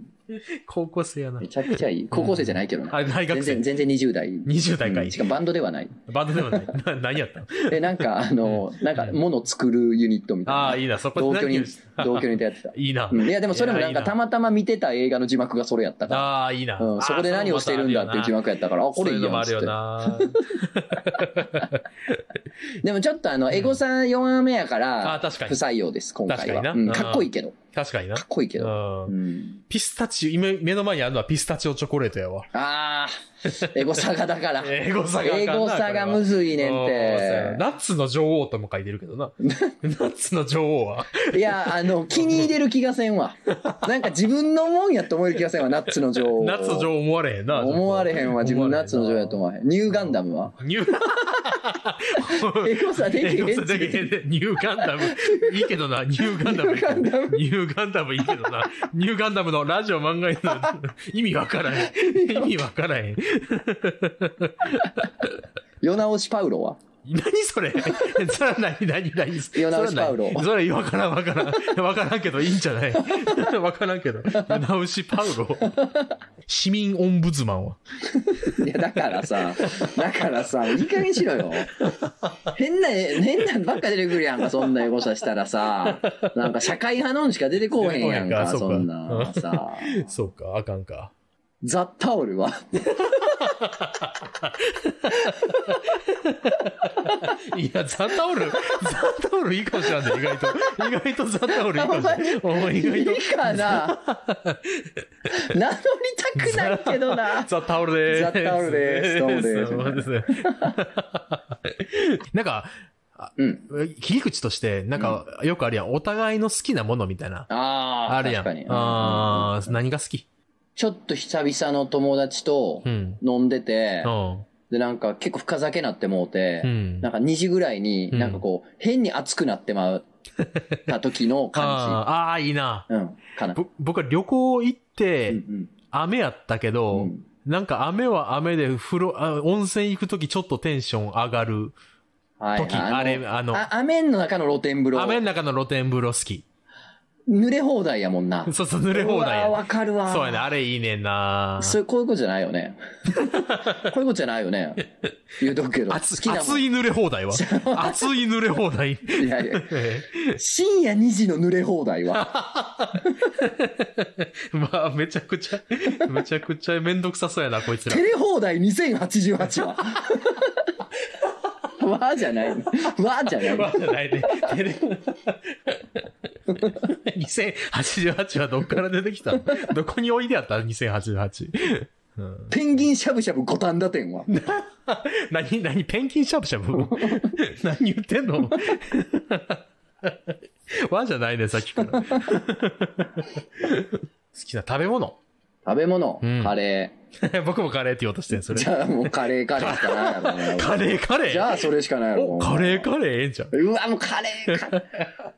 高校生やな
め。ちゃくちゃいい高校生じゃないけどな
あ、大
全
学
然
生。
全然20代
20代かい
うんしかもバンドではない
バンドではない。な何やったの
でなんかあのなんか物作るユニットみたいな
ああ、いいな。そこ
同居
何
に
をし
同居に出会ってた
いいな
う。んいやでもそれも
いや
なんか
いいな
たまたま見てた映画の字幕がそれやったか
ああ、いいな。
ら、うん、そこで何をしてるんだっていう字
分
幕やったからあこれいいやんっ
ある
つっ
よ
て
な。
でもちょっとあのエゴさん4話目やか
ああ、
ら
確か
不
に。
採用です今回
確
は、
かにな
うんかっこいいけど
確かにな
かっ。こいいけど、う
う
んん、
ピスタチオ、今目の前にあるのはピスタチオチョコレートやわ。
あーエゴサがだ から
エゴサがあかん
エ
な。
ゴサがむずい
い
ねんて
ナッツの女王とも書いてるけ どな。ナッツの女王は。
いやあの 気に入れる気がせんわなんか自分のもんやと思える気がせんわナッツの女王
ナッツの女王思われへんな。
思われへんわ自分ナッツの女王やと思
わ
わへんニューガンダムは
れへん。ニュー
エゴサできへん
エゴサできへんでニューガンダム。いいけどな、ニューガンダム。
ニューガンダム
ニューガンダムいいけどな。ニューガンダムのラジオ漫画の意味わからへん。意味わからへん。
世直しパウロは
何それ それは何何何それ
世
は
直
何
しパウロ
それ分からん分からん。分 からんけどいいんじゃない 分からんけど。世直しパウロ。市民オンブズマンは。
いやだから さだからさいい加減しろよ変な変なんばっか出てくるやんかそんなエゴサしたらさなんか社会派のんしか出てこうへんやんか
出てこ
そ
うへん
ん
か
なさ
そうか、あかんか。
ザ・タオルは
はいや、ザタオル、ザタオルいいかもしれんね、意外と。意外とザタオルいいかもしれん。お前
い
意外と。
いかな名乗りたくないけどな
ザタオルでーす。
ザタオルですどうもです
そうですね。なんか、
うん
切り口として、なんか、よくあるやん。お互いの好きなものみたいな。
ああ
あるやん。
確かに
あー何が好き
ちょっと久々の友達と
うん。
飲んでて
うん。
でなんか結構深酒なってもうて、
うん。
なんか2時ぐらいに、
うん
なんかこう、変に熱くなってまう、た時の感
あ ーあー、いいな。
じ。うん、かな。
ぼ僕は旅行行っ
うんう
て、
ん
雨やったけ
う
ど、
ん
なんか雨は雨で風呂、あ温泉行くときちょっとテンション上がる
はい
時、
の
あれ、あの、
あ雨の中の露天風
雨
呂。
の中の露天風呂好き。
濡れ放題やもんな。
そうそう、 濡れ
う
放題
わー
や。
わかるわ。
そうやね、あれいいねんな
それこういうことじゃないよ ね。こういうことじゃないよね。言うとくけど。好
熱
きなも
熱
ん。
い濡れ放 題は。熱い濡れ放題。
いやいや深夜2時の濡れ放題 は。
まあ、めちゃくちゃ、めちゃくちゃめんどくさそうやな、こいつら
テ。レ放題2088は。 わーじゃない。わーじゃない。
わじゃないね。テ レ2088はどっから出てきたのどこにおいでやったの ?2088。
ペンギンしゃぶしゃぶ五反田店は。
何何ペンギンしゃぶしゃぶ 何言ってんの わじゃないね、さっきから。好 きな食べ物。
食べ物、
うん
カレ
僕もカレーって言おうとしてん、そ
ー。
れ
じ。ゃあもうカレーカレーしかないやろな
カレーカレ
じゃ
ー
あそれしかないやろ
お、カレーカレーええんちゃう
うわ、もうカレーか。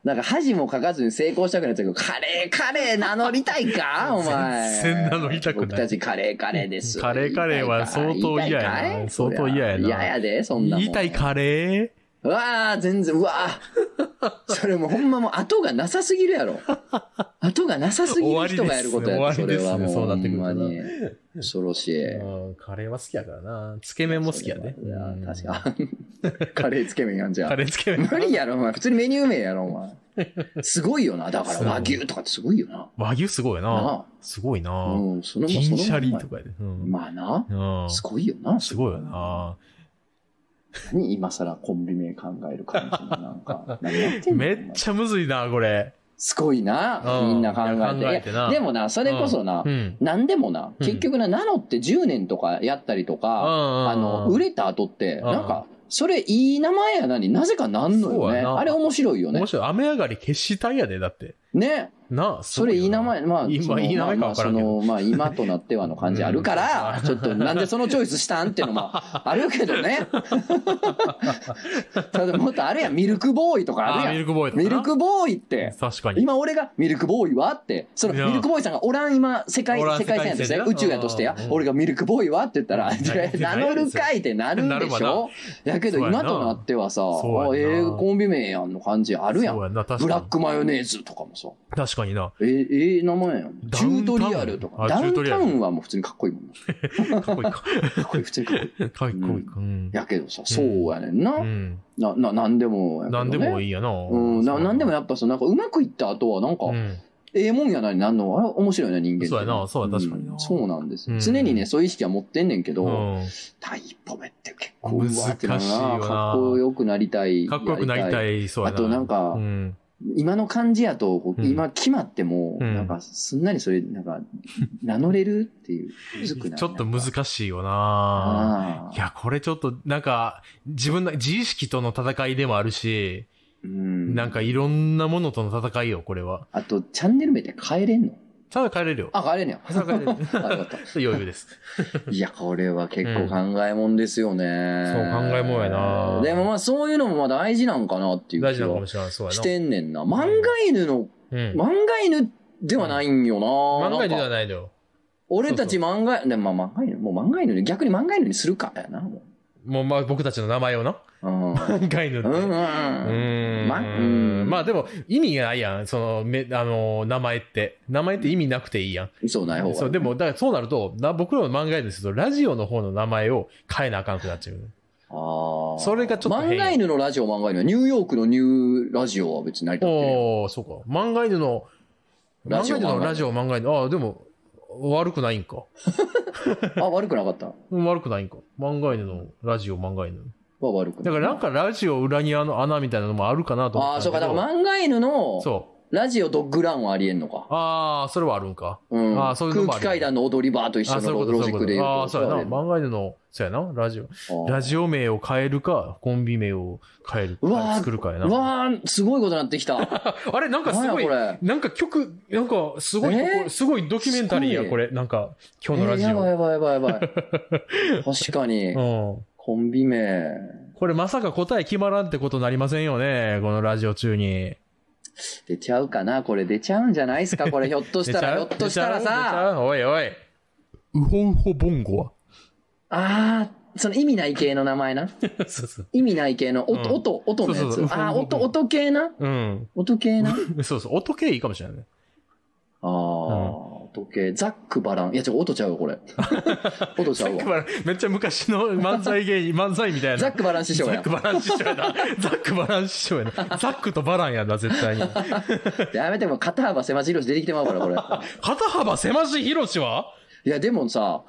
なんか恥もかかずに成功したくなっちゃうけど、カレーカレー名乗りたいかお前。
全然名乗りたくない
僕たちカレーカレーです。
カレーカレーは相当嫌や
言い
な
たいかい
相当嫌やな
そりゃ嫌やで、そんなもん。
言いたいカレー
うわあ、全然、うわあ。それもうほんまもう後がなさすぎるやろ。後がなさすぎる人がやることや
終わりで
そ
すね
れはもう
終わ
ほ
りですねそうんな
ま
って
に
く。
恐ろしい。
うんカレーは好きやからな。つけ麺も好きやね。
いや確
に。
か。 カレーつけ麺やんじゃん
カ。レーつけ麺。
無理やろ、お前。普通にメニュー名やろ、お前。すごいよな。だから
すごい
和牛とかってすごいよな。
和牛すごいよな。
な
すごい
あ。
な。
うん、その
銀シャリ
その
とかやで。うん
まあな。
うん。
すごいよな。
すごいよ。な。
何今更コンビ名考える感じのなん か。何やってんの
めっちゃむずいな、これ。
すごいな
う。ん
みんな考
いや考え
え
て
て。い
な
やでもな、それこそな
う。ん。
何でもな、
うん
結局な、ナノって10年とかやったりとか、
あ
あの、売れた後って、
ん
なんか、それいい名前やなになぜかなんの
そ
よ
う
ね。
やな
あれ面白いよね
面。白い。雨上がり決死隊やで、だって。
ね。
なあ、す
そ
ご
れ
よない
い名前、まあ、
今
その
いい名前
ま
か
あまあ
分から
そ
んけど
の、まあ、今となってはの感じあるから、ちょっと、なんでそのチョイスしたんっていうの もあるけどね。 ただ、もっとあるやん、ミルクボーイとかあ
あ
るや
ミル
ん。
クボーイとか
ミルクボーイって。
確かに。
今俺がミルクボーイはって、その
いや
ミルクボーイさんがおらん今世界、
おらん
世界線やですね
世界線や。な
宇宙やとしてや
うんうん。
俺がミルクボーイはって言ったら、
うん
いや名乗るかいってなるんでしょやけど
そうやな
今となってはさ、
そ
あ
うやな
ええコンビ名やんの感じあるや。
そうんやな、確
ブラ
か
ックマヨネーズとかもさ。
に。確かにな。
えー、えー、名前やん。
ダ
チ
ウ
ュ
ンタウ
ート
ン
リアルとか。
あ
ダウン
チュートリ
タ
アル
ウンはもう普通にかっこいいもんな。
かっこい いか。
かっこいい、普通にかっこいい。
かっこいいか。うん。
やけどさ、そうやねんな。
うん。
な、な、なんでもやけど、ね。
なんでもい
い。
いやな。
うん、ななんでも
や
やっぱそう、なんかうまくいった後は、なんか、
うん。
ええもんやなになんの、あれ面白いね、人間って。
そうやなそうや確かになん
そうなんですよ。
うん
常にね、そういう意識は持ってんねんけど、
うん
第一歩目って結構、うわ
難しいよな
ーってなるなかっこよくなりたい。
かっこよくなりた
い。
い、そうやな。
あとなんか
うん。
今の感じやと、こう
うん
今決まっても、
うん
なんか、すんなりそれ、なんか、名乗れるっていう、むずくない
ちょっと
しい。
難しいよな。
ああ
いや、これちょっと、なんか、自分の、自意識との戦いでもあるし、
うん
なんかいろんなものとの戦いよ、これは。
あと、チャンネル名って変えれ んの
ただ帰れるよ。
あ、変えれんねや。
ただ帰れ
あ
る。
よかっ
余裕です。
た いや、これは結構考えもんですよね。
そう考えもんやな
でもまあ、そういうのもまあ大事なんかなっていう
大
気
事なのか
は
もしれない。そうや
し
な。
てんねんな。漫画犬の、
うん。
漫画犬ではないんよな。
漫画
なん
では
か
ないのよ。
俺たち漫画、でもまあ漫画犬、もう漫画犬に、逆に漫画犬にするかやな、も
もう、まあ、僕たちの名前をな。
う。うん。
漫画犬って。
うんう
うん
うん。ま、うん。
まあでも意味がないやん。その、め、あのー、名前って。名前って意味なくていいやん。
そうない方
そう、
が。
でも、だからそうなると、な僕らの漫画ですると、ラジオの方の名前を変えなあかんくなっちゃう。
ああ。
それがちょっと変
漫画犬のラジオ漫画犬は、ニューヨークのニューラジオは別に成り立ってるやん
おー、そうか。漫画犬の、
ラジオ
漫画犬のラジオ漫画犬。ああ、でも、悪くないんか。
あ、悪くなかった。
うん悪くないんか。漫画犬のラジオ漫画犬。
は悪くない。
だからなんかラジオ裏にあの穴みたいなのもあるかなと思った
ああ、
ん
そうか。
け
だ
ど
から漫画犬の
そ
ラジオドッグランはありえんのか
う。。ああ、それはあるんか。
うん。
あーそういうのもあ
空
る
気階段の踊り場と一緒
あそういう
の
こと、
ロ
そう
ジ
いう
ッ
こ
クで言う
と。
と。
ああ、そうやな。
あ
漫画犬の、そうやな。ラジオ。
ー
ラジオ名を変えるか、コンビ名を変える
うわー
か、作るかや
う
な。
わー、すごいことになってきた。
あれ、なんかす
なん
ご
や
い
こ、れ。
なんか曲、なんかすごいとこ、
えー
すごいドキュメンタリー
すご
や、
い
これ。なんか、
え
今日のラジ
ーやばい
オ。
やばいやばいやばい。確かに、
うん。
コンビ名。
これまさか答え決まらんってことになりませんよね、このラジオ中に。
出ちゃうかなこれ出ちゃうんじゃないですかこれひょっとしたら、ひょっとしたら
出ちゃ
さ。
う出ちゃうおいおい。ウホウホボンゴは。
あー、その意味ない系の名前な。
そうそう。
意味ない系の、
う
音、
ん
音、音のや
そうそ
つ
う。
あー、音、音系な
うん。
音系 な
そうそう。音系いいかもしれないね。
ああ、時計。ザックバラン。いや、違う、音ちゃうわ、 これ。音ちゃ
ザ
う
ック
わ。
バラン、めっちゃ昔の漫才芸 人、漫才みたいな。
ザックバラン師匠
ザッ
や
ク。バラン師匠 やな。ザックバラン師匠やな。ザックとバランやな、絶対に。
やめても、肩幅狭白し出てきてまうから、こ れ。
肩幅狭し広しはい
や、でも さ、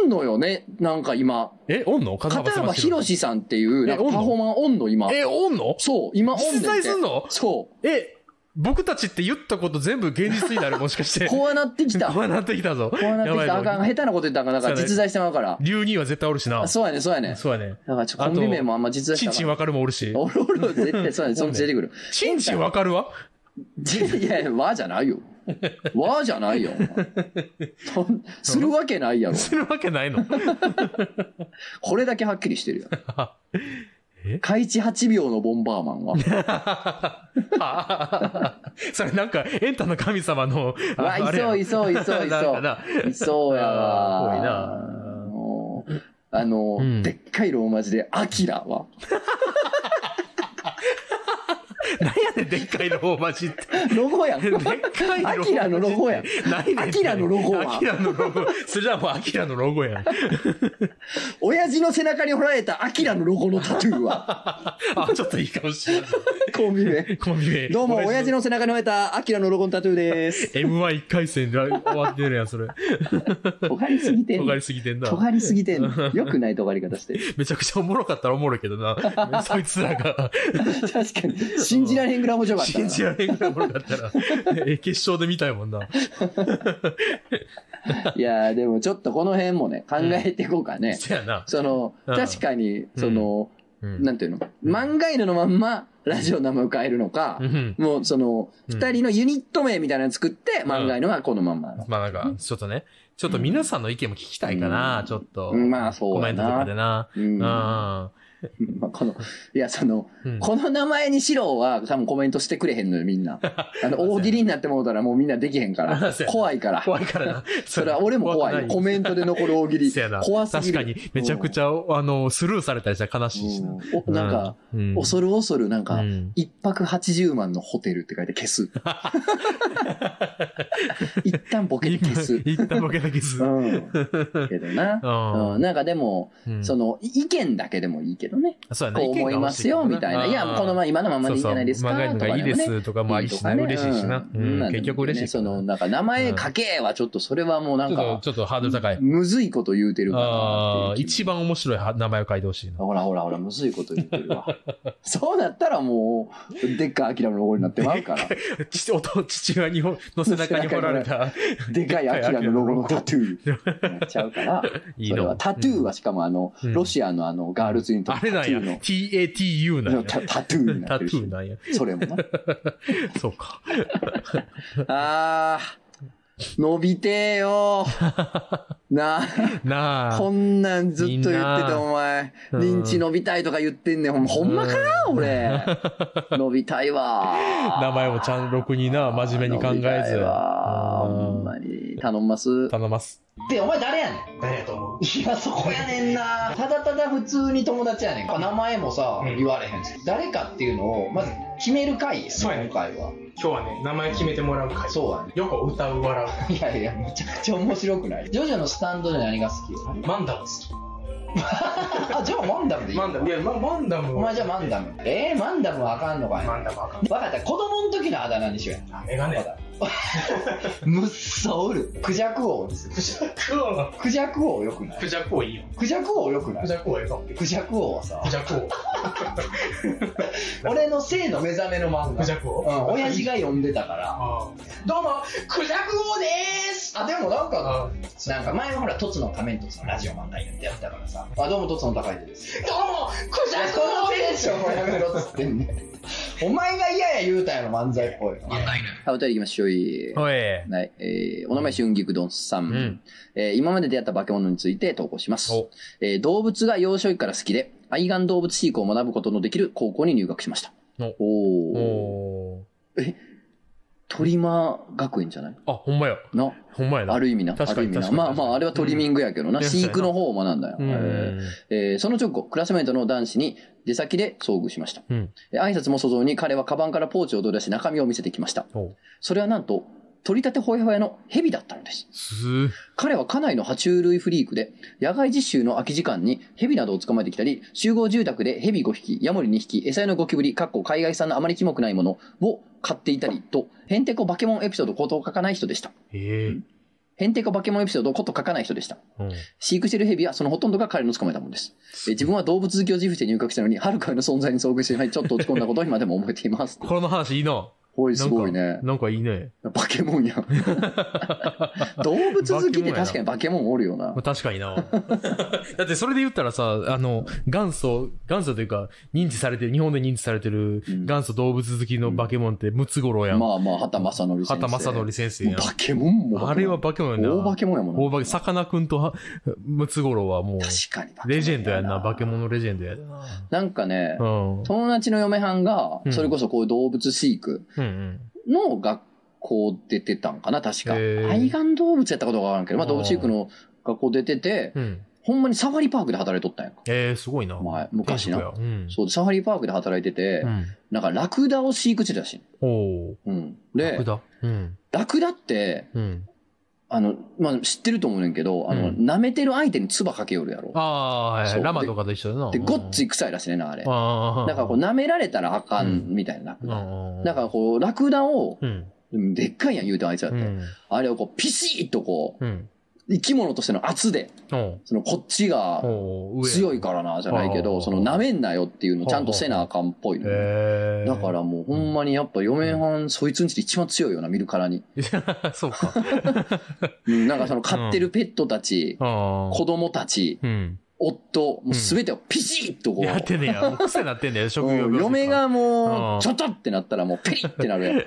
おんのよね、なんか今。
え、おんの肩
片
幅
幅
狭し
博
広し。
士さんっていう、
え
なんか
おんの
パフォーマーおんの今。
え、おんの
そう、今おんねん
実
て
在すんの
そ
え、僕たちって言ったこと全部現実になる、もしかし
う。
て。
怖なってきた。
怖
怖
いなってきたぞ。
なってきた。
や
あ
ばい
かん。下手なこと言ったらあかん。だから
そうやね
実在してまうから。
龍兄は絶対おるしな
あ。そうやね、そうやね。
そうやね。
だからちょ、コンビ名もあんま実在し
ち
て
ん
な
ちん
かっ。。
わかるもおるした
おるおる、絶対、そうやね、そのうち出てくる。
ちんちんわかるわ
いやいや、わじゃないよ。わじゃない よ。そんするわけないやろ。
するわけ ないの。
これだけはっきりしてるや
え
ん。開地8秒のボンバーマ ンは。
それなんか、エンタの神様の、
わ、いそう、い
そ
そう、い そう、い
なんか
そ
な。
う。いそうやわ。
あー
もうあの、
うん
でっかいローマ字で、アキラは。
なんやねん、でっかいローマ字って。
ロゴやん。
でっかいロゴ。
アキラのロゴやん。
ないねん
アキラのロゴは
アキラのロゴ。それじゃあもうアキラのロゴやん。
親父の背中に彫られたアキラのロゴのタトゥー は。
あ、ちょっといいかもしれ ない。
コンビ名。
コンビ名。
どうも、親父の背中に彫られたアキラのロゴのタトゥー です。
M11 回戦で終わってるやん、それ。
尖りすぎてん
尖
の
り。すぎてんな。
尖りすぎてん の。よくない尖り方して る。
めちゃくちゃおもろかったらおもろいけ どな。そいつらが、
確かに。信じられへんぐらい面白かった
信
な。
じられんぐらいおもろかったら、え決勝で見たいもんな。
いやーでもちょっとこの辺もね、考えていこうかね。
せやな。
その、
うん
確かに、その、
うん
なんていうの漫画犬のまんま、ラジオの名前を変えるのか
う、ん。
もうその、
うん
二人のユニット名みたいなの作って、
ん
漫画犬はこのまんま。
まあなんか、ちょっとね、ちょっと皆さんの意見も聞きたいかな、
うん
ちょっと。
うんまあそう
コメ
や
ン
な
トとかでな。
うん
うん。
まあこの、いや、その、
うん
この名前にしろは多分コメントしてくれへんのよ、みん な。あの、大喜利になってもうたらもうみんなできへんか
そうや
ら
な。
怖いから。
怖いからな。
それは俺も怖い。コメントで残る大喜利
そうやな。
怖すぎる。
確かに、めちゃくちゃ、あの、スルーされたりしたら悲しいしな。
うんおなんか、
うん、
恐る恐るなんか
う、ん
一泊80万のホテルって書いて消 す。一旦ボケて
今
消す。
言ったわけだけす。
うん。 けどな。うん、なんかでも、
うん
その、い意見だけでもいいけどね。
そうやな
こう思いますよ、みたいな。いや、このまま、今のままでいいんじゃないですか、と
そう
か
そう
でも
漫画
ね。
犬がいいですとかもありしな、
いいとかね
嬉しいしな。
う
うんん
なんで
結局嬉しい。
その、なんか、名前書けはちょっと、それはもうなん
ちょっと
か、
ちょっとハードル高い。
むずいこと言うてるから
ああ、。一番面白いは名前を書いて ほしいな。
ほらほらほら、むずいこと言ってるわ。 そうなったらもう、でっかアキラのロゴになってまう から。
父音父親にほの背中に彫られた。
でかいアキラのロゴのタトゥーになっちゃうから。
いい
それは
の。
タトゥーはしかもあの、
うん
ロシアのあの、ガールズユニットの
あ
タ
れ
ト
なんや
ゥー。の
TATU なんや。
タタトゥーになっ
タ
て
ト
るし、
ゥーなんや。
それも な。
そうか。
あー、伸びてーよー なあ、
なあ。
こんなんずっと言って
いい
た
な
お前、
うん
リンチ伸びたいとか言ってんねん。ほんまほんまか 俺。伸びたいわー。
名前もちゃんろくにな、真面目に考え
伸
ず。
びたいわーほん
う
まに。頼んます
ん。頼ます。
で、お前誰やねん
誰やと思う
いや、そこやねんな。ただただ普通に友達やねん。名前もさ、
うん
言われへんし。誰かっていうのを、まず決める回やね、
そうやね
今回は。
今日はね名前決めてもらう会
そうやね。
よく歌う笑
いやいや、めちゃくちゃ面白くないジョジョのスタンドで何が好き
うマンダム好き
あ、じゃあマンダムでいい
マンダムいやママンダム
お前じゃあマンダム。えー、マンダムはあかんのかい
マ
わ
ンダムあかん
かった。子供の時のあだ名にしようや。
あメガネ
わかった。むっさおる。クジャク王にする
クジャク王
クジャク王よくない
クジャク王いいよ
クジャク王よくな
ク
い
ジャク王ええかも
クジャク王はさ
ク、ジャク王
俺の性の目覚めの漫画。
クジャク王
うん、親父が読んでたから。
あーどうもクジャク王でーす
あ、でもなんか、
あー
なんか前はほら、トツの仮面とそのラジオ漫画やってやったからさ、あ、どうもトツの高い手です。
どうもクジ
いや、
ャ
そ
ク
の
王
テ
で
ン
ー
シ
す
ョンはやめろっつってんねん。お前が嫌や言うたんやろ、漫才っぽいの。はい、お便り行きましょうい。
おい。
はい、えーお名前、春菊丼さん。
うん
えー今まで出会った化け物について投稿します
お。
えー動物が幼少期から好きで、愛玩動物飼育を学ぶことのできる高校に入学しました。おおー
おー
トリマー学園じゃない
あ、ほんまや。
な、
ほんまやな。
ある意味な。
確
あ
か
る意
に
味な。
確か
ま
に
あまあ、あれはトリミングやけどな。
うん
飼育の方を学んだよ。
う
へ
ん
ー。えーその直後、クラスメートの男子に出先で遭遇しました。
うん
えー挨拶もそぞに彼はカバンからポーチを取り出し中身を見せてきました。
お
それはなんと、取り立てほやほやの蛇だったのです。
す
彼は家内の爬虫類フリークで、野外実習の空き時間に蛇などを捕まえてきたり、集合住宅で蛇5匹、ヤモリ2匹、餌用のゴキブリ、かっこ海外産のあまりキモくないものを買っていたりと、ヘンテコバケモンエピソードことを書かない人でした。
ええー。
ヘンテコバケモンエピソードこと書かない人でした。
うん
飼育している蛇はそのほとんどが彼の捕まえたものです。え自分は動物好きを自負して入学したのに、はるかの存在に遭遇してしまい、ちょっと落ち込んだことを今でも覚えています。
この話いいな。
おい、
な
す
んか
ごいね。
なんかいいね。
バケモンや ん。動物好きって確かにバケモンおるよな
まあ、。確かにな。だってそれで言ったらさ、あの、元祖、元祖というか、認知されてる、日本で認知されてる
うん
元祖動物好きの化け物ってムツゴロウやん。
まあまあ、畑正則先生。
畑正則先生
もう
やん。
バケモンもバケモン。
あれは化け物やな。
大バケモンやもん
大
な。
化け、さかなクンとはムツゴロウはもう、
確かにバケモンやな。
レジェンドやんな。化け物レジェンドやな。
なんかね
う、ん。うん
友達の嫁はんが
う、ん
それこそこういう動物飼育
うん。
の学校出てたんかな、確か。
へー
愛玩動物やったことがわからんけど、まあ動物飼育の学校出てて、
うん。
ほんまにサファリパークで働いとったんやんか。
ええー、すごいな。
前昔な
天職やうん。
そう、サファリパークで働いてて、
うん。
なんかラクダを飼育してたらしい。
おー。
うん。
ラ
で
ク、ダ。うん。
ラクダって、
うん。
あの、まあ、知ってると思うねんけど、あの、
うん
舐めてる相手に唾かけよるやろ。
ああ、はいは
そう
い。ラマとかと一緒だな。
で、ごっつ
い。
い臭いらしいねんな、あれ。
ああ。
だからこう、舐められたらあかん、みたいな、ラクダ。
うん。
だからこう、ラクダを、
うん。
うんでっかいやん、言うてあいつだっ
う
て。
ん。
あれをこう、ピシッとこ
うん。
う、生き物としての圧で、
お
その、こっちが
お
強い
ら。
からな、じゃないけど、
あー
その、舐めんなよっていうのちゃんとせなあかんっぽいのよ。
へえ。
だからもう、ほんまにやっぱ、嫁はん、そいつんちで一番強いよな、見るからに。
ら。 そうか。
うんなんかその、飼ってるペットたち、
ああ。
子供たち、
うん。
夫、もうすべてをピシッとこう、
やってんねや。もう癖なってんねや、食欲
うん
病とか
嫁。がも
うん
う、ちょっとってなったらもうペリってなるや ん。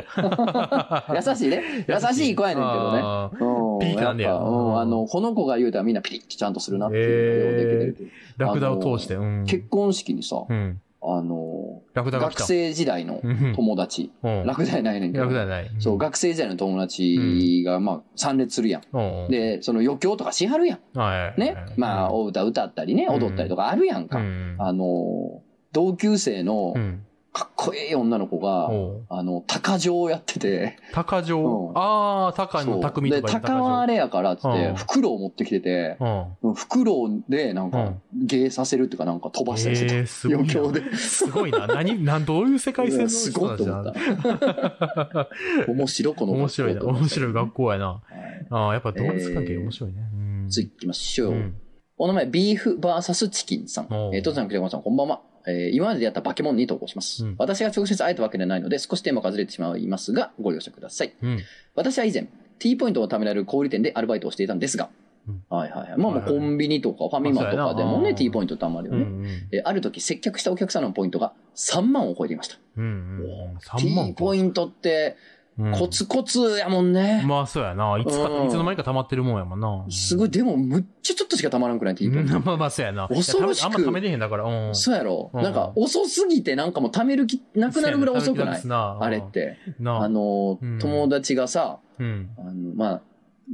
優しいね。優しい子やねんけどね。
あー
うん
ピリってなんねや
やっぱうん、あの、この子が言うたらみんなピリってちゃんとするなっていうのがようできてる
ラクダを通して。うん。
結婚式にさ、
うん。
あの、
ラクダが来
学
た。
生時代の
うん
友達、
うん
楽じゃないねんけど
ラク、ダない。
そう、
学
学生時代の友達が、まあ、参列するやん。
うん。
で、その余興とかしはるやん。
はい。
ね。まあ、お歌歌ったりね、
うん
踊ったりとかあるやん
う
か。
ん。
あの、同級生の
うん。
かっこええ女の子が、
おう
あの、鷹匠をやってて、
鷹
う
城
ん。
ああ、鷹
そ
の
う
匠と
で、
か
鷹はあれやからっつっ
う
て
ん、
袋を持ってきてて、
うん。
袋でなん
う
か
ん、
芸させるっていうかなんか飛ばしたりしてた。
えーすごいな
余興で。
すごいな。何、なん、どういう世界線の
いやす
人
ご
ないん
と
じ
思
ゃ
った
ん。。
面白いこの
面白いな。面白い学
校
校やな。
と思った。はい
ああ、やっぱ同列関係
えー
面白いね。うん。
次行きましょ
う
う。
ん。
お名前、ビーフバーサスチキンさん。
おう
えー、とつさん、くてこさん、こんばんは。えー今まで出会った化け物に投稿します。
うん
私が直接会えたわけではないので、少しテーマがずれてしまいますが、ご了承ください。
うん。
私は以前、T ポイントを貯められる小売店でアルバイトをしていたんですが、
うん
はいはいはい。まあも
は
う
いはい
コンビニとかファミマとかでも
そうや
ね、
な
T ポイント貯まるよ
う
ね。
ん。
えーある時、接客したお客さんのポイントが3万を超えていました。
うんうんうん。3
T
万
ポイントって、
うん
コツコツやもんね。
まあ、そうやな。いつか、
うん
いつの間にか溜まってるもんやもんな。
すごい、でも、むっちゃちょっとしかたまらんくない T ポイン
う
ト
ん。まあまあ、そうやな。
恐ろしく
いやためあんま貯めてへんだから。うん。
そうやろ、
うん
なんか、遅すぎて、なんかもう貯める気なくなるぐらい遅くない
そうやな
あれっ。て。
な
あ
あ。
の
うん、
友達がさ、
うん。
あの、まあ、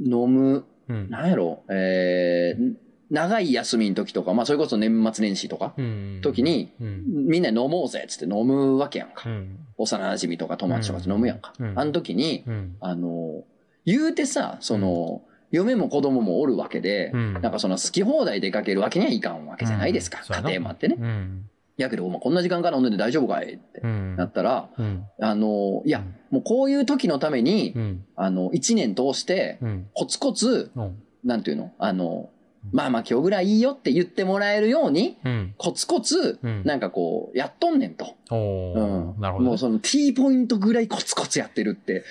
飲む、
うん。
なんやろ、えー、長い休みの時とか、まあ、それこそ年末年始とか、
うん。
時に、
うん、
みんな飲もうぜっつって飲むわけやん
う
か。
ん。
幼馴染とか友達とかと飲むやんか。
うん
あの時に、
うん。
あの、言うてさ、その、嫁も子供もおるわけで、
うん
なんかその好き放題出かけるわけにはいかんわけじゃないですか
うん。そうやな
家庭もあってね。
うん。
やけど、お前こんな時間から飲んでて大丈夫かいって
うん。
なったら、
うん。
あの、いや
うん、
もうこういう時のために、
うん。
あの、一年通して、
うん。
コツコツ、
うん。
なんていうのあの
うん、
まあまあ今日ぐらいいいよって言ってもらえるように、
うん。
コツコツ、
うん
なんかこう、やっとんねんと。
お
う
ー
ん。
なるほど。
もうその T ポイントぐらいコツコツやってるって、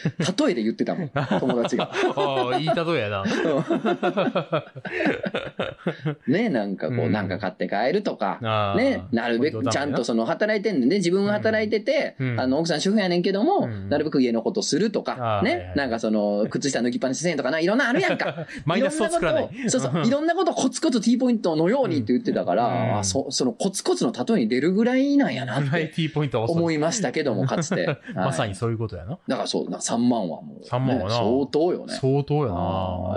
例えで言ってた もん。友達が。
ああ、いい例えやな。
ね、なんかこ
う
う、
ん
なんか買って帰るとか、
あー
ね、なるべくちゃんと、その働いてんねんね、自分は働いてて、
うん
あの奥さん主婦やねんけども、
うん
なるべく家のことすると
あ
か
ー、はいはい
ね、なんかその靴下脱ぎっぱなしせんとかな、いろんなあるやんか。
マイナスを作らない
ろん。ことをそうそう、いろんなことをコツコツ T ポイントのようにって言ってたから、
うん
あそそのコツコツの例えに出るぐらいなんやなっ
バラエ
て
ティーポイントは遅
思
い。
いましたけども、かつ て。
まさ
はい
にそういうことやな。
だからそう、なんか3万はもう、
3万はな
相当よね。
相
あ
当や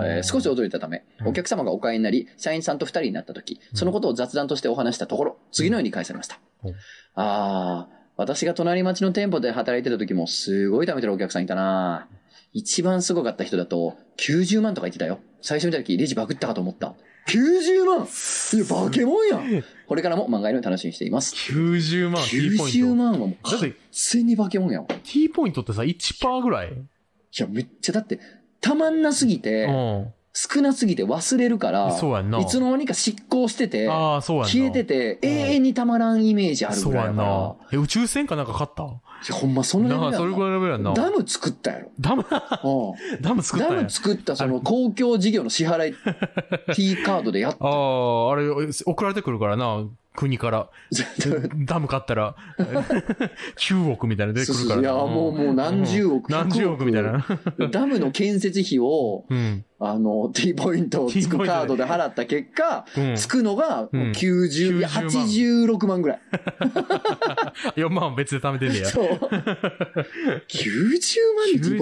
な
ー。えー少し驚いたため
う、ん
お客様がお買いになり、社員さんと二人になった時、
うん
そのことを雑談としてお話したところ、次のように返されました
うん。
ああ、私が隣町の店舗で働いてた時も、すごい食べてるお客さんいたな一番すごかった人だと、90万とか言ってたよ。最初見た時、レジバグったかと思った。90万いや、バケモンやんこれからも漫画の楽しみにしています。
90万 T ポイ
90
ント。
万はもう、
だっ
完
て
全にバケモンやん。い
T ポイントってさ、1%ぐらい。
や、めっちゃ、だって、たまんなすぎて、
う
少なすぎて忘れるから、
ん。そうやんな。
いつの間にか失効してて、
ああ、そうやんな。
消えてて、
うん
永遠にたまらんイメージある
そ
ぐ
う
らい
や
や
ん
から。
な。え、宇宙船かなんか買った
いやほんまその
なあ、そ
辺
れぐらいのレベルやんな。
ダム作ったやろ。
ダム、
う
ダム作
ん
っ
ダ
たんや
ム作ったその公共事業の支 払い T カードでやった。
ああ、あれ、送られてくるからな、国から。ダム買ったら、9億みたいなの出
そ
て
う
くる
そうそ
から。
ういや、もう、もう何十億、
何十億みたいな。
ダムの建設費を、
うん。
あの、T ポイントをつ
T ポ
く
イントで
カードで払った結果、
うん。
つくのが
うん
90、いや
90万
86万ぐらい。
4万別で貯めてんねや。
そう。90万で T ポイン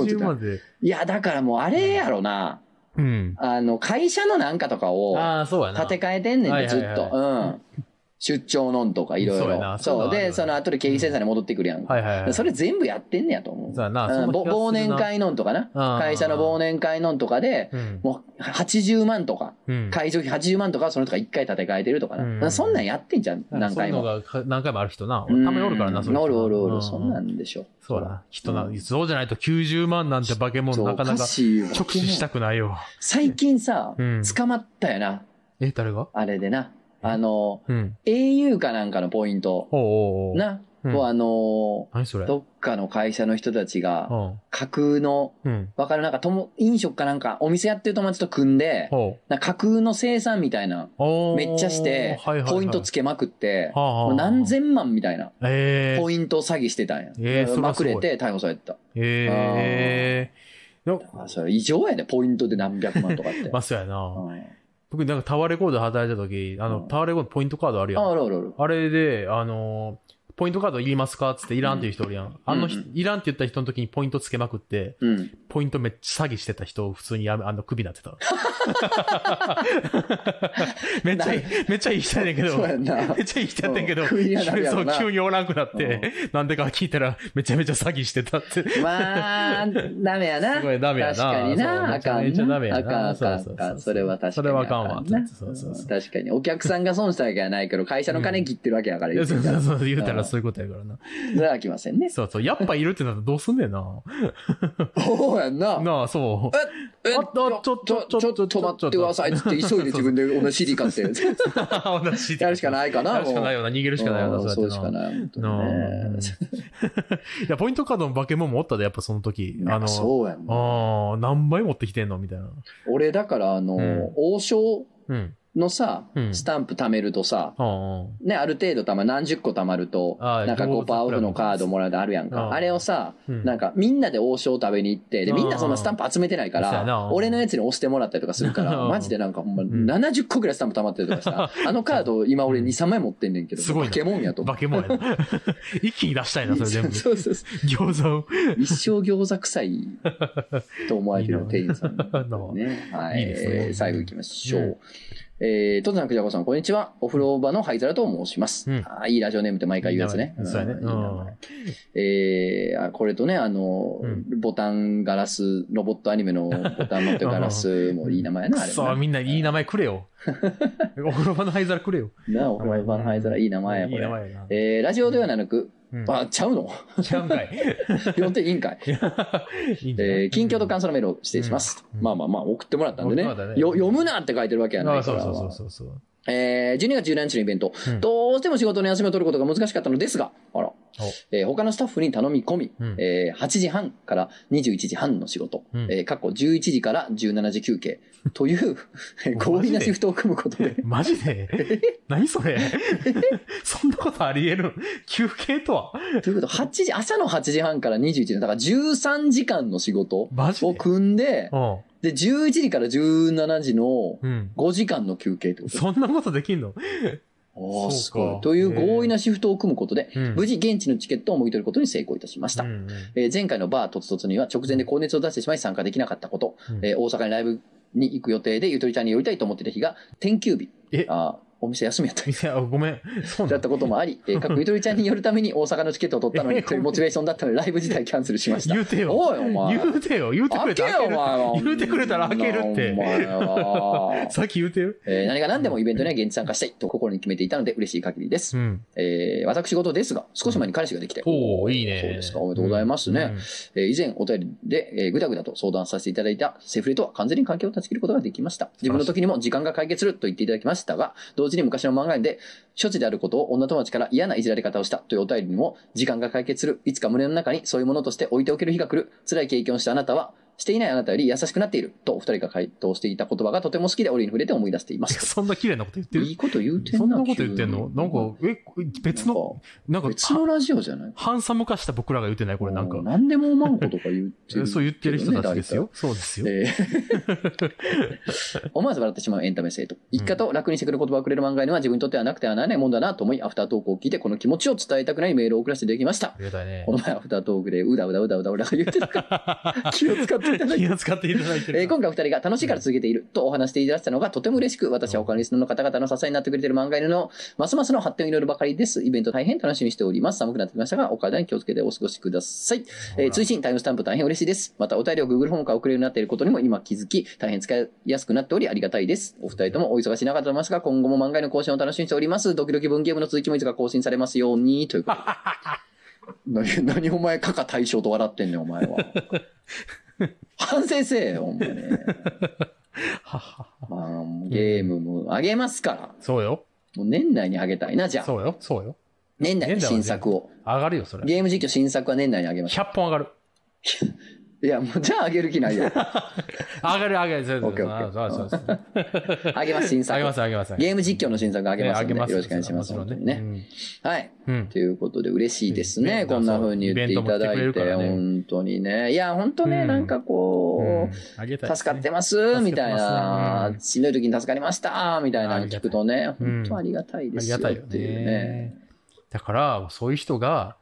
ト
90
だよ
万で。
いや、だからもうあれやろな。
うん。
あの、会社のなんかとかを
ああ、そうやな。
立て替えてんねん
は
っ
い
て、
はい
ず
は
っ
い
と。うん。出張のんとかいろい
そうやな
ろ。
そういう
そう。
のあるよね
で、その後で経費精査に戻ってくるやんか。
はいはいはい。
それ全部やってんねやと思う。
そうやな。
うん、ぼ忘年
会
会のんとかな。会社の忘
年
年会のんとかで、
うん。
もう80万とか、
うん。
会場費80万とか、そのとか1回立て替えてるとか
う
な。
ん
そんなんやってんじゃん、何回も。
そういうのが何回もある人な。た
うん
まにおるからな、そういう人
おるおるお
う
る、そんなんでしょ。
そうだな。人な
う、ん
そうじゃないと90万なんて化け
そ
物
う、
な
お
かな
か
か
しいわ
直視したくないよ。
最近さ
うん、
捕まったよな、
え、誰が
あれでな。あの、
うん。
au かなんかのポイント。
おうおうおう。
な。
うん
こうあの
何それ
ーどっかの会社の人たちが、
うん。
架空の、
うん。
わかるなんかとも、飲食かなんか、お店やってる友達と組んで、
ほ
なんか架空の生産みたいな、
うおー
めっちゃして
はいはいはい、
ポイントつけまくって、
はあはあ
もう何千万みたいな、
ええ
ポイント詐欺してたんや。
えーそら
ますく
ごい
れて逮捕されてた。
ええな
あそれ異常やで、ポイントで何百万とかって。
まあ、そうやな。
うん
僕、なんかタワーレコード働いた時、あの、
うん
タワーレコードポイントカードあるやん。
あ、あ
あ
るあるある。
れで、あのーポイントカードいりますかっつって、いらんっていう人おるやん。あの人、
うん
いらんって言った人の時にポイントつけまくって、
うん。
ポイントめっちゃ詐欺してた人を普通にやめ、あの、クビになってた。めっちゃいい
な、
めっちゃいい人やねんけど
そう。やんな
め。っちゃいい人やったんやけど、
うん
急
クビにはなるやろな
そう急におらんくなって、なんでか聞いたら、めちゃめちゃ詐欺してたって。
まあ、ダメやな。
すごいダメやな
確かにな。あ
そう
か
め
ん
ちゃめちゃ
な。
ダメやな
あかんあかん
そうそうそう
あかん。それは確かに。
それはあかんわ
な
そうそうそう
確かに。お客さんが損したわけじゃないけど、会社の金切ってるわけやから
いや
って
そう
みた
そ
ら
うそう、言うた
う
ら
ん
そういうことやからな。
それはあきませんね。
そうそう、やっぱいるってなったらどうすんねんな。
そうやんな。
なあ、そう。
え
あちょちょ
ちょ、ちょ、ちょっと止まってくださいって言って急いで自分で同じ CD 買って。
同じ
やるしか
い。
ないかな。
やるしかないいよな、逃げるしかないよな、
そ
そうう
し
やっ
か
てな。
ない。本当
なあ
に
うん
ね
いや、ポイントカードの化け物もおったで、やっぱその時。あの、
そうやんな。
ああ、何倍持ってきてんのみたいな。
俺だから、あの
うん、
王将
うん。
のさ
う、ん
スタンプ貯めるとさ、
ああ
ね、ある程度たま、何十個貯まると、
ああ
なんか
餃
5%
子
オフのカードもらうであるやん
あ
か。
あ
あれをさ、
うん
なんかみんなで王将食べに行って、で、みんなそんなスタンプ集めてないか
ああそうやな
ら、俺のやつに押してもらったりとかするか
あ
ら、
あ
マジでなんかほんま
ん
70個ぐらいスタンプ溜まってるとかさ、あのカード今俺2、3枚持ってんねんけど、
すごいな
化け物やと
うん。
思う。
化け物 やな。一気に出したいな、それ全部。
そうそうそう
餃子を。
一生餃子臭いと思われて る店員さん、
い
ね。はいい。
いですね
えー最後行きましょう。えー、とつなくじゃこさん、こんにちは。お風呂場の灰皿と申します。
うん
あーいいラジオネームって毎回言うやつね。
いい名前そうやね
んいい名前えーあこれとね、あの、
うん
ボタンガラス、ロボットアニメのボタン持ってるガラスもいい名前や な、あれも
そ
な
う、みんないい名前くれよ。 お風呂場の灰皿くれよ。
なお風呂場の灰皿いい名前や、
いい
こ
名
れ。
前やな。
えー、ラジオではなく、
うん
あ、ちゃうの
ちゃうんかい。
呼んでいいんかい。
いいんじゃない
えー、近況と感想のメールを失礼します。
うん
まあまあまあ、送ってもらったんでね。
送ってもらったね
よ読むなって書いてるわけや
あ
ない
あ
か
そう
ら。
そうそうそうそう。
えー、12月17日のイベント、
うん
どうしても仕事の休みを取ることが難しかったのですが、あら、えー他のスタッフに頼み込み、
うん
えー8時半から21時半の仕事、
うん
えー、過去11時から17時休憩と いう、えー強引なシフトを組むことで、
マ ジで何それそんなことありえる休憩とは
ということ、8時、朝の8時半から21時、だから13時間の仕事
マジ
を
で
組んで、
うん。
で、11時から17時の
うん。
5時間の休憩ってこと
そんなことできんの
おーす
そう
ご
か
い。という強引なシフトを組むことで、
うん
無事現地のチケットをもぎ取ることに成功いたしました。
うんうん
えー前回のバーとつとつには直前で高熱を出してしまい参加できなかったこと、
うん
えー大阪にライブに行く予定でゆとりちゃんに寄りたいと思っていた日が、天休日。
え
あーお店休みやった。
店、あ、ごめん。そう
だ
な
っ
んだ。
たこともあり、え ー、各ゆとりちゃんに寄るために大阪のチケットを取ったのにというモチベーションだったので、ライブ自体キャンセルしました。
言うてよ。
おい、お前。
言うてよ。言うてく
開
れ
け
た
よ、お前
ら
は
開けるって。言うてくれたら開けるっ
お
て。
前 は
さっき言うてよ。
えー何が何でもイベントには現地参加したいと心に決めていたので嬉しい限りです
う。ん。
えー私事ですが、少し前に彼氏ができて。
おおいいね。
そうですか、おめでとうございますね。
うん。
えー以前お便りで、えー、ぐだぐだと相談させていただいたセフレとは完全に関係を断ち切ることができました。自分の時にも時間が解決すると言っていただきましたが、同時に昔の漫画で、処置であることを女友達から嫌ないじられ方をしたというお便りにも、時間が解決する、いつか胸の中にそういうものとして置いておける日が来る、辛い経験をしたあなたは、していないあなたより優しくなっているとお二人が回答していた言葉がとても好きで折に触れて思い出していま
い
す
や。そんな綺麗なこと言ってる
いいこと言うてんな
そんなこと言ってんのなんか、え、別の、、
急にな
なんか
んか、別のラジオじゃない
ハンサム化した僕らが言ってないこれなんか
う。何でもおまんことか言ってる、
そう言ってる人たちですよ。そうですよ。
えー思わず笑ってしまうエンタメ生徒。一家と楽にしてくれる言葉をくれる漫画には自分にとってはなくてはならないもんだなと思い、アフタートークを聞いてこの気持ちを伝えたくないメールを送らせていただきました
あ。りがたいね
こ。の前アフタートークでうだうだうだうだ俺が言ってたから気を使っていただいて。
気を使っていただいて
えー
る。
今回お二人が楽しいから続けているとお話していただいたのがとても嬉しく、私は他のリスナーの方々の支えになってくれている漫画犬のますますの発展を祈るばかりです。イベント大変楽しみにしております。寒くなってきましたが、お体に気をつけてお過ごしください。えー通信タイムスタンプ大変嬉しいです。またお便りを Google フォームから送れるようになっていることにも今気づき、大変使いやすくなっておりありがたいです。お二人ともお忙しい中と思いますが、今後も漫画への更新を楽しみにしております。ドキドキ文芸部の続きもいつか更新されますように、という ことで。何、何お前、かか大将と笑ってんねん、お前 は。反省せえよ、お前ね。
はは
まあ、ゲームもあげますから。
そうよ。
もう年内にあげたいな、じゃあ。
そうよ。そうよ。
年内に新作を。
上がるよ、それ。
ゲーム実況新作は年内にあげましょ
100本上がる。
う。いや、もうじゃああげる気ないよ。
上がる、上がる。そうそう
オッケーオッケー
そ うそうそう
あげます、新
上
作。
げます、上げます。
ゲーム実況の新作あげます
え
ので、
ー
よろしくお願いします。
も
本
ち
当
ろ
に
ん
ね。
ね。
はい。
うんうん
ということで嬉しいですね。
うん
こんな風に言っていただ
イベ
い
ントも来てくれ
て、
るからね
本当にね。いや、本当ね、
うん
なんかこう、
あげたいですね
助かってます、みたい
助かってます
な
ねう、ん
しんどい時に助かりました、みたいなの聞くとね、
りがたい
本当ありがたいで
あり
すよ
が
った
いよ
ていうね。
ね。だから、そういう人が、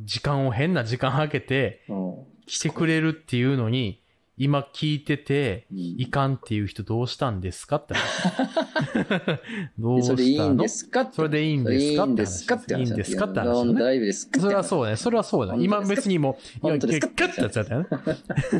時間を変な時間空けて、
うん
来てくれるっていうのに、今聞いてて、
うん
いかんっていう人どうしたんですかって話。 どう
で
し
そ
たの
れでいいんですかって
それでいいん
それ
ですかって話
って話
いいんですかって話
どんな大丈夫ですか
それはそうね。それはそうだ。今別にもう、
本当です
結
か
果ってやつだったよね。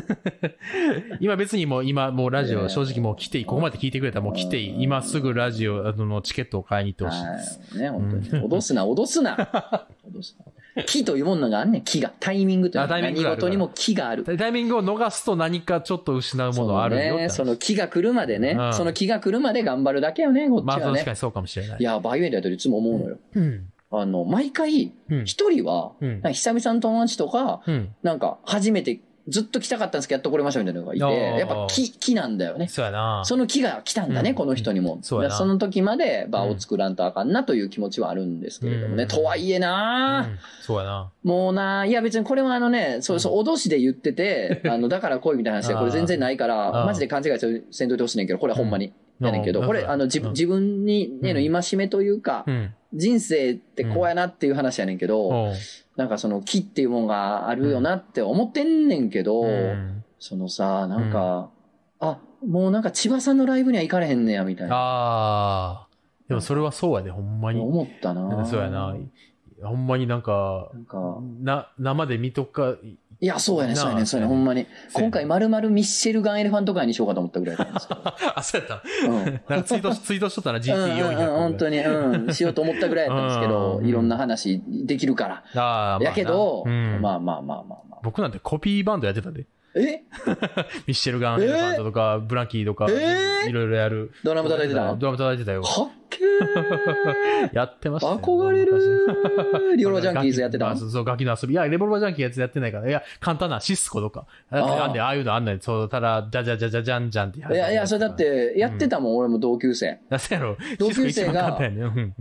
今別にもう、今もうラジオ、正直もう来ていい、ここまで聞いてくれたらもう来ていい。今すぐラジオあのチケットを買いに行ってほしいで
は
す。
い。ね、本当に。脅すな、脅すな。 脅すな。木というものがあんねん、木が。タイミングというの
あ
は
タイミ
何
ングがあるか
事
ら
にも木がある。
タイミングを逃すと何かちょっと失うものはあるよ
そう
って
ね、
話
その木が来るまでね、
うん
その木が来るまで頑張るだけよね、こ
ま
っ
あ
ちは
確
ね
か。にそうかもしれない
い。や、バイウェイだといつも思うのよ。
うん。
あの、毎回、
うん。
一人は、
うん
なんか久々の友達とか、
うん。
なんか、初めて、ずっと来たかったんですけど、やっと来れましたみたいなのがいて、
あー
やっぱ木、木なんだよね。
そうやな。
その木が来たんだね、
うん
この人にも。
そうやな
その時まで場を作らんとあかんなという気持ちはあるんですけれどもね。
うん
とはいえなあ、
うんそうやな。
もうなあ、いや別にこれはあのね、そうそう、脅しで言って て、あの、だから恋みたいな話で、これ全然ないか
あ
ら、
ー
マジで勘違いせんといてほしいねんけど、これはほんまに。やねんけど、
うん
これ、あの、自
うん
自分に、ね、の
うん
戒めというか
う、ん。
人生ってこうやなっていう話やねんけど、
おう
なんかその木っていうもんがあるよなって思ってんねんけど、
うん
そのさ、なんか、あ、もうなんか千葉さんのライブには行かれへんねや、みたいな。
ああ。でもそれはそうやで、ほんまに。
思ったな
そうやな。ほんまになんか
な、んか、
な、生で見とか、
いや、そうやね、そうや
な
ね、
あ
そうやね、ほんまに。
そうやね
今回、まるまるミッシェルガンエレファント会にしようかと思ったぐらいなんですけど。
あ、そうやった。
うん
なんかツイー トし、ツイートしとったな、
うんうんうん
GT400。
本当に、うん、しようと思ったぐらいやったんですけど、
うん
いろんな話できるから。
ああ、まあな
やけど、
うん
まあまあまあまあまあ。
僕なんてコピーバンドやってたで。
え
ミッシェルガン、エレファントとか、ブランキーとか、
えー
いろいろやる。
ドラム叩いてた
ドラム叩いてたよ。
かっけー
やってましたよ
憧れ るリオロジャンキーズやってた
あそうそう、ガキの遊び。いや、レボルバージャンキーやつやってないから。いや、簡単な、シスコとか。だって
あー
あんで、ああいうのあんない。そう、ただ、じゃじゃじゃじゃじゃんじゃんってやる
いやいや、それだっ。て、やってたもん、俺も同級生。
だせやろ。
同
シスコ
級
一
生
番
が
簡単やね。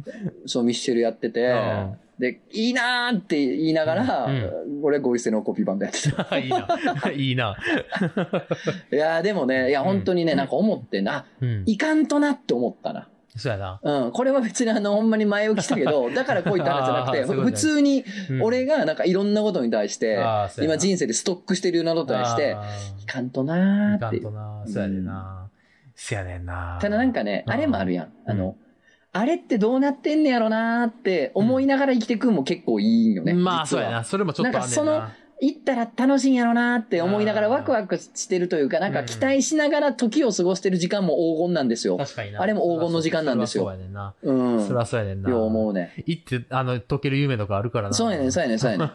そう、ミッシェルやってて
うん、
で、いいなーって言いながら
う、
俺、ゴイセのコピーバンドやってた。
うん。 いいな。いいな。
いやーでもね、いや、本当にね、なんか思ってな、
うん。
いかんとなって思ったな。
そうやな。
うん、これは別にあの、ほんまに前置きしたけ ど、だからこういった話じゃなく
あ
て、
ーそういうこ
普
とね
通に
うん
俺がなんかいろんなことに対して、
あーそうやな
今人生でストックしてるようなことに対して、
あ
いかんとな
ーい
ーっ
か
てい
ん
う
と。な。そうやねんな。せやねんな。
ただなんかね、
うん
あれもあるやん。
ん
あの、あれってどうなってんねやろなーって思いながら生きてくんも結構いいんよね。
まあ、
実
そう
は
やな。。それもちょっとあんねん
なんか行ったら楽しいんやろなーって思いながら
あー
ワクワクしてるというか、なん
う
か
ん
期待しながら時を過ごしてる時間も黄金なんですよ。
確かにな。
あれも黄金の時間なんですよ
それはそうやねんな。
うん。
そりゃそうやねんな。
よう思うね。
行って、あの、溶ける夢とかあるからな。
そうやねん、そうやねん、そうやねん。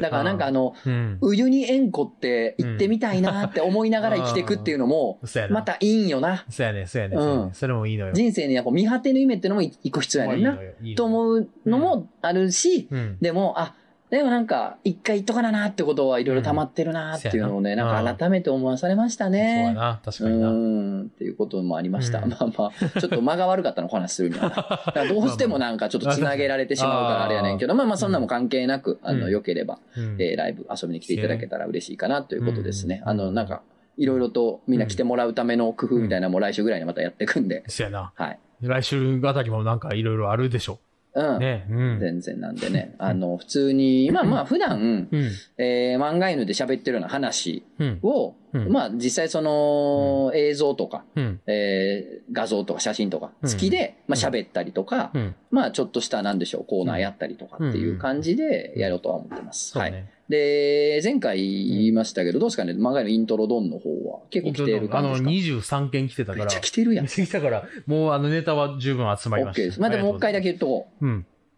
だからなんかあの、
うん。
ウユニ塩湖って行ってみたいなーって思いながら生きてくっていうのも、
そうやな。
またいいんよな。
そうやねん、そうやねん、
うん
そうやねん。それもいいのよ。
人生にはこう見果ての夢ってのも一個必要やねんな。と
う。
思うのもあるし、
うん。
でも、あ、でもなんか、一回言っとかななってことはいろいろ溜まってるなっていうのをね、
うん
なんか改めて思わされました
そうや
ね。
な、確
う
かにな。
ん、っていうこともありました。
うん
まあまあ、ちょっと間が悪かったの、お話しするに は。だからどうしてもなんかちょっとつなげられてしまうからあれやねんけど、まあまあそんなも関係なく、あ
う
の、
ん
良ければ、
うん
えーライブ遊びに来ていただけたら嬉しいかなということですね。
うん
あの、なんか、いろいろとみんな来てもらうための工夫みたいなのも来週ぐらいにまたやっていくんで、
そうやな。
はい。
来週あたりもなんかいろいろあるでしょ。
うん。
ね。うん。
全然なんでね。あの、普通に、まあまあ普段、
うん。
えー、漫画犬で喋ってるような話
うん。
を、
うん
まあ実際その、映像とか、
うん。
えー画像とか写真とか
うん
好きで、
ん
まあ喋ったりとか、
うん。
まあちょっとしたなんでしょう、コーナーやったりとかっていう感じでやろうとは思ってます。
そう
はい。
ね。
で、前回言いましたけど、どうですかね、漫画のイントロドンの方は結構来てる
あ
感じで
の、
すか
23件来てたか
めっ
ら。
ちゃ来てるやん。
来てたから、もうあのネタは十分集まりま
OK
した。
です。まあでももう一回だけ言っとこ
うん。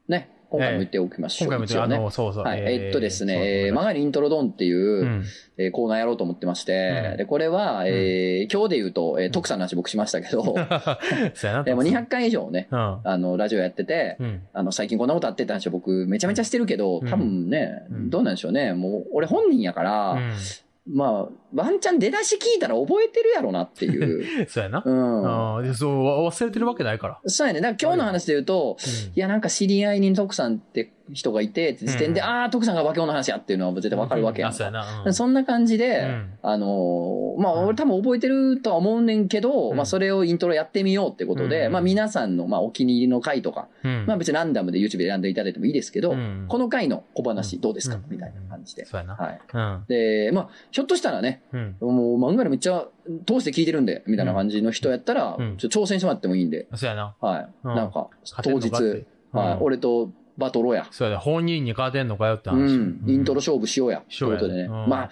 う。ね。今回も言っておきましょ
今
う。
回も言って
一応
あ
ね
の、そうそう。
はい、えーっとです
そう
ね、えー漫画にイントロドンっていう、
うん。
えーコーナーやろうと思ってまして、
うん
でこれは、えー今日で言うと、えー
ん
徳さんの話僕しましたけ ど、
そうやな。
でも200回以上ね、あの、ラジオやってて、
うん。うん。
あの、最近こんなことあってって話を僕めちゃめちゃしてるけど、
うん
多分ね、
うん
どうなんでしょうね。もう俺本人やから、
う
まあ、ワンチャン出だし聞いたら覚えてるやろなって いう。
ん。そうやな
う。ん。
ああ、でそう、忘れてるわけないから。
そうやね。だから今日の話で言うと、いや、なんか知り合いに徳さんって人がいて、って時点で、
うん
ああ、徳さんが化け物の話やっていうのは絶対わかるわけや
あ、
ん
そう
か
やな。う
で
ん
そんな感じで、
うん
あのーまあ、
うん
俺多分覚えてるとは思うねんけど、
うん
まあ、それをイントロやってみようってことで、
うん
まあ、皆さんの、まあ、お気に入りの回とか、
うん
まあ、別にランダムで YouTube で選んでいただいてもいいですけど、
うん
この回の小話どうですか、
うん
みたいな感じで。
そうやな。
はい。で、まあ、ひょっとしたらね、
うん。うん。
もう漫画でめっちゃ通して聞いてるんで、みたいな感じの人やったら、
うん
ちょっと挑戦してもらってもいいんで、
そうやな。
はい。
うん
なんか、
勝
当
てんの
日、
かって。
はい、
うん
俺とバトロや。
そうやな。本人に勝てんのかよって
う
話。
ん、イントロ勝負しようや。
しようやね
ということでね。
うん
まあ、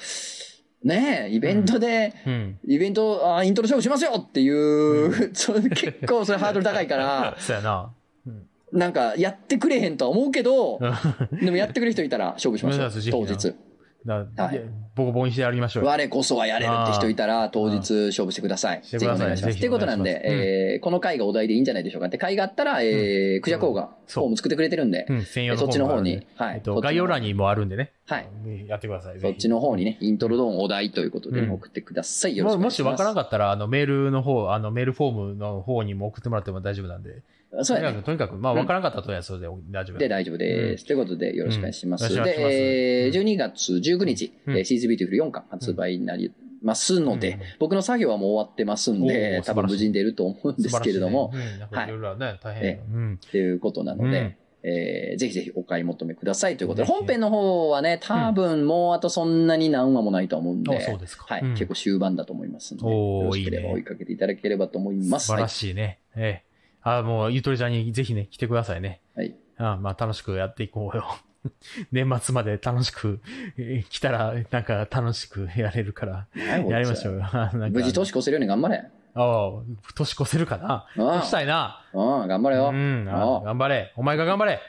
ねえ、イベントで、
うん。
イベント、あイントロ勝負しますよっていう、 そう結構それハードル高い から、
そうやな。
なんかやってくれへんとは思うけど、
うん
でもやってくれる人いたら勝負しましょう
目指す。時期
当
な
日。
だ
はい
いやボコボコにしてやりましょうよ。
我こそはやれるって人いたら、当日勝負してください。
してくださ
ぜひお
い
願いします。
ぜ
とい
ひ
う
お
こ
願いしま
とな
す
んで、えーこの回がお題でいいんじゃないでしょうかって回があったら、えー、クジャコウがフ
そう
ォーム作ってくれてるんで
う、ん、専用
え
の
そっちの方
フォー
に
ム、があ
は
るんで。え
い
っ。と、概要欄にもあるんでね。
はい。
やってください。
そ
ぜ
っ
ひ
ちの方にね、イントロドンお題ということで
うん
送ってください。よろしくお
も
願
も
いし
し
ま
わ
す。
からなかったら、あの、メールの方、あの、メールフォームの方にも送ってもらっても大丈夫なんで。
そうや
とにか
ね。
く、とにかくまあ、
うん
わからなかったらとりあえずそれで大丈夫
で、
や
大丈夫です。ということで、よろしくお願いします。
うんよろしくお願いします
で、えー12月19日、
うん
えーシーズビューティフル4巻発売になりますので、
うん
僕の作業はもう終わってますん
お
で
ー、素晴らしい
多分無事に出ると思うんですけれども、
素晴らしいねうん、なんかいろいろね、大変
え
よ。うん。
っていうことなので、えーぜひぜひお買い求めくださいということで、
ぜひ
本編の方はね、多分もうあとそんなに何話もないと思うん
うん。あ、
で、
そうですか。
はい、
うん
結構終盤だと思いますので、
おー
よろしければ
いいね
追いかけていただければと思います。
素晴ら
はい
しいね。ええ。あ、もう、ゆとりちゃんにぜひね、来てくださいね。
はい。
あまあ、楽しくやっていこうよ。 年末まで楽しく、えー来たら、なんか楽しくやれるから、
はい
やりましょうよ。 なんか
無事年越せるように頑張れ。
ああ、年越せるかな
うん、うん
越したいな。
頑張れ
う
よ。
ん、ああ
うん
頑張れ。お前が頑張れ。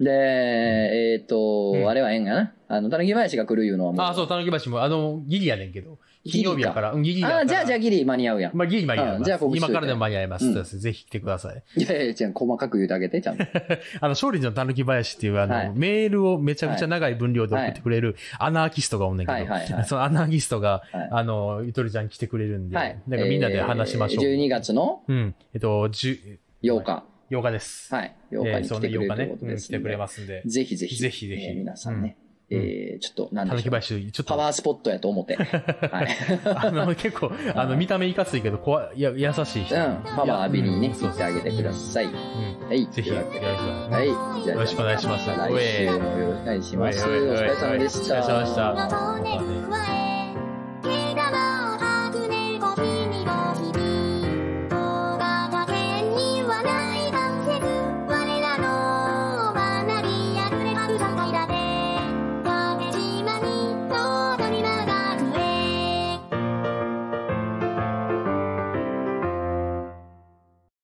で、えっ、と、
うん
あれは縁がな。あの、たぬき林が来るいうのはもう。
ああ、そう、たぬき橋も、あの、ギリやねんけど。金曜日やから。うんギリやか
あ
ら。
あ、じゃあ、じゃあギリ間に合うやん。
まあ、ギリ間に合い
うん
ま
じゃあ
す。
告知しとい
今
て
からでも間に合います。
うん
そうですぜひ来てください。
いやいや、じゃあ細かく言うてあげて、ちゃんと。
あの、勝利のたぬき林っていう、あの、
はい
メールをめちゃくちゃ長い分量で送ってくれるアナーキストがおんねんけど、
はいはいはい
そのアナーキストが、
はい
あの、ゆとりちゃん来てくれるんで、
はい。
なんかみんなで話しましょう。
えー12月の
うん。えっと、10、
8日。
8日です。
はい。8日に来てくれるということ
うん
で
来
すの
て
で。
くれますんで。
ぜひぜひ。
ぜひぜひ
えー皆さんね。
うん
えーちょっと、なん
た
で
ぬ
し
き
ょう。
林、ちょっ
パ
と、
ワースポットやと思っ て。はい。
あの、結構、あの、見た目いかついけど、怖い、いや、優しい人。
うん。パワー浴びに
う
ね
ん、
行ってあげてください。
い。うん
はい。
ぜひ、
とい
よ
う
ろ
わけ
しくお
で
願いします。
はい。じゃあ
よろしくお願いし
また来週
ます
もよろしくお願いします。お疲れ様でした。
お疲れ様でした。またね
「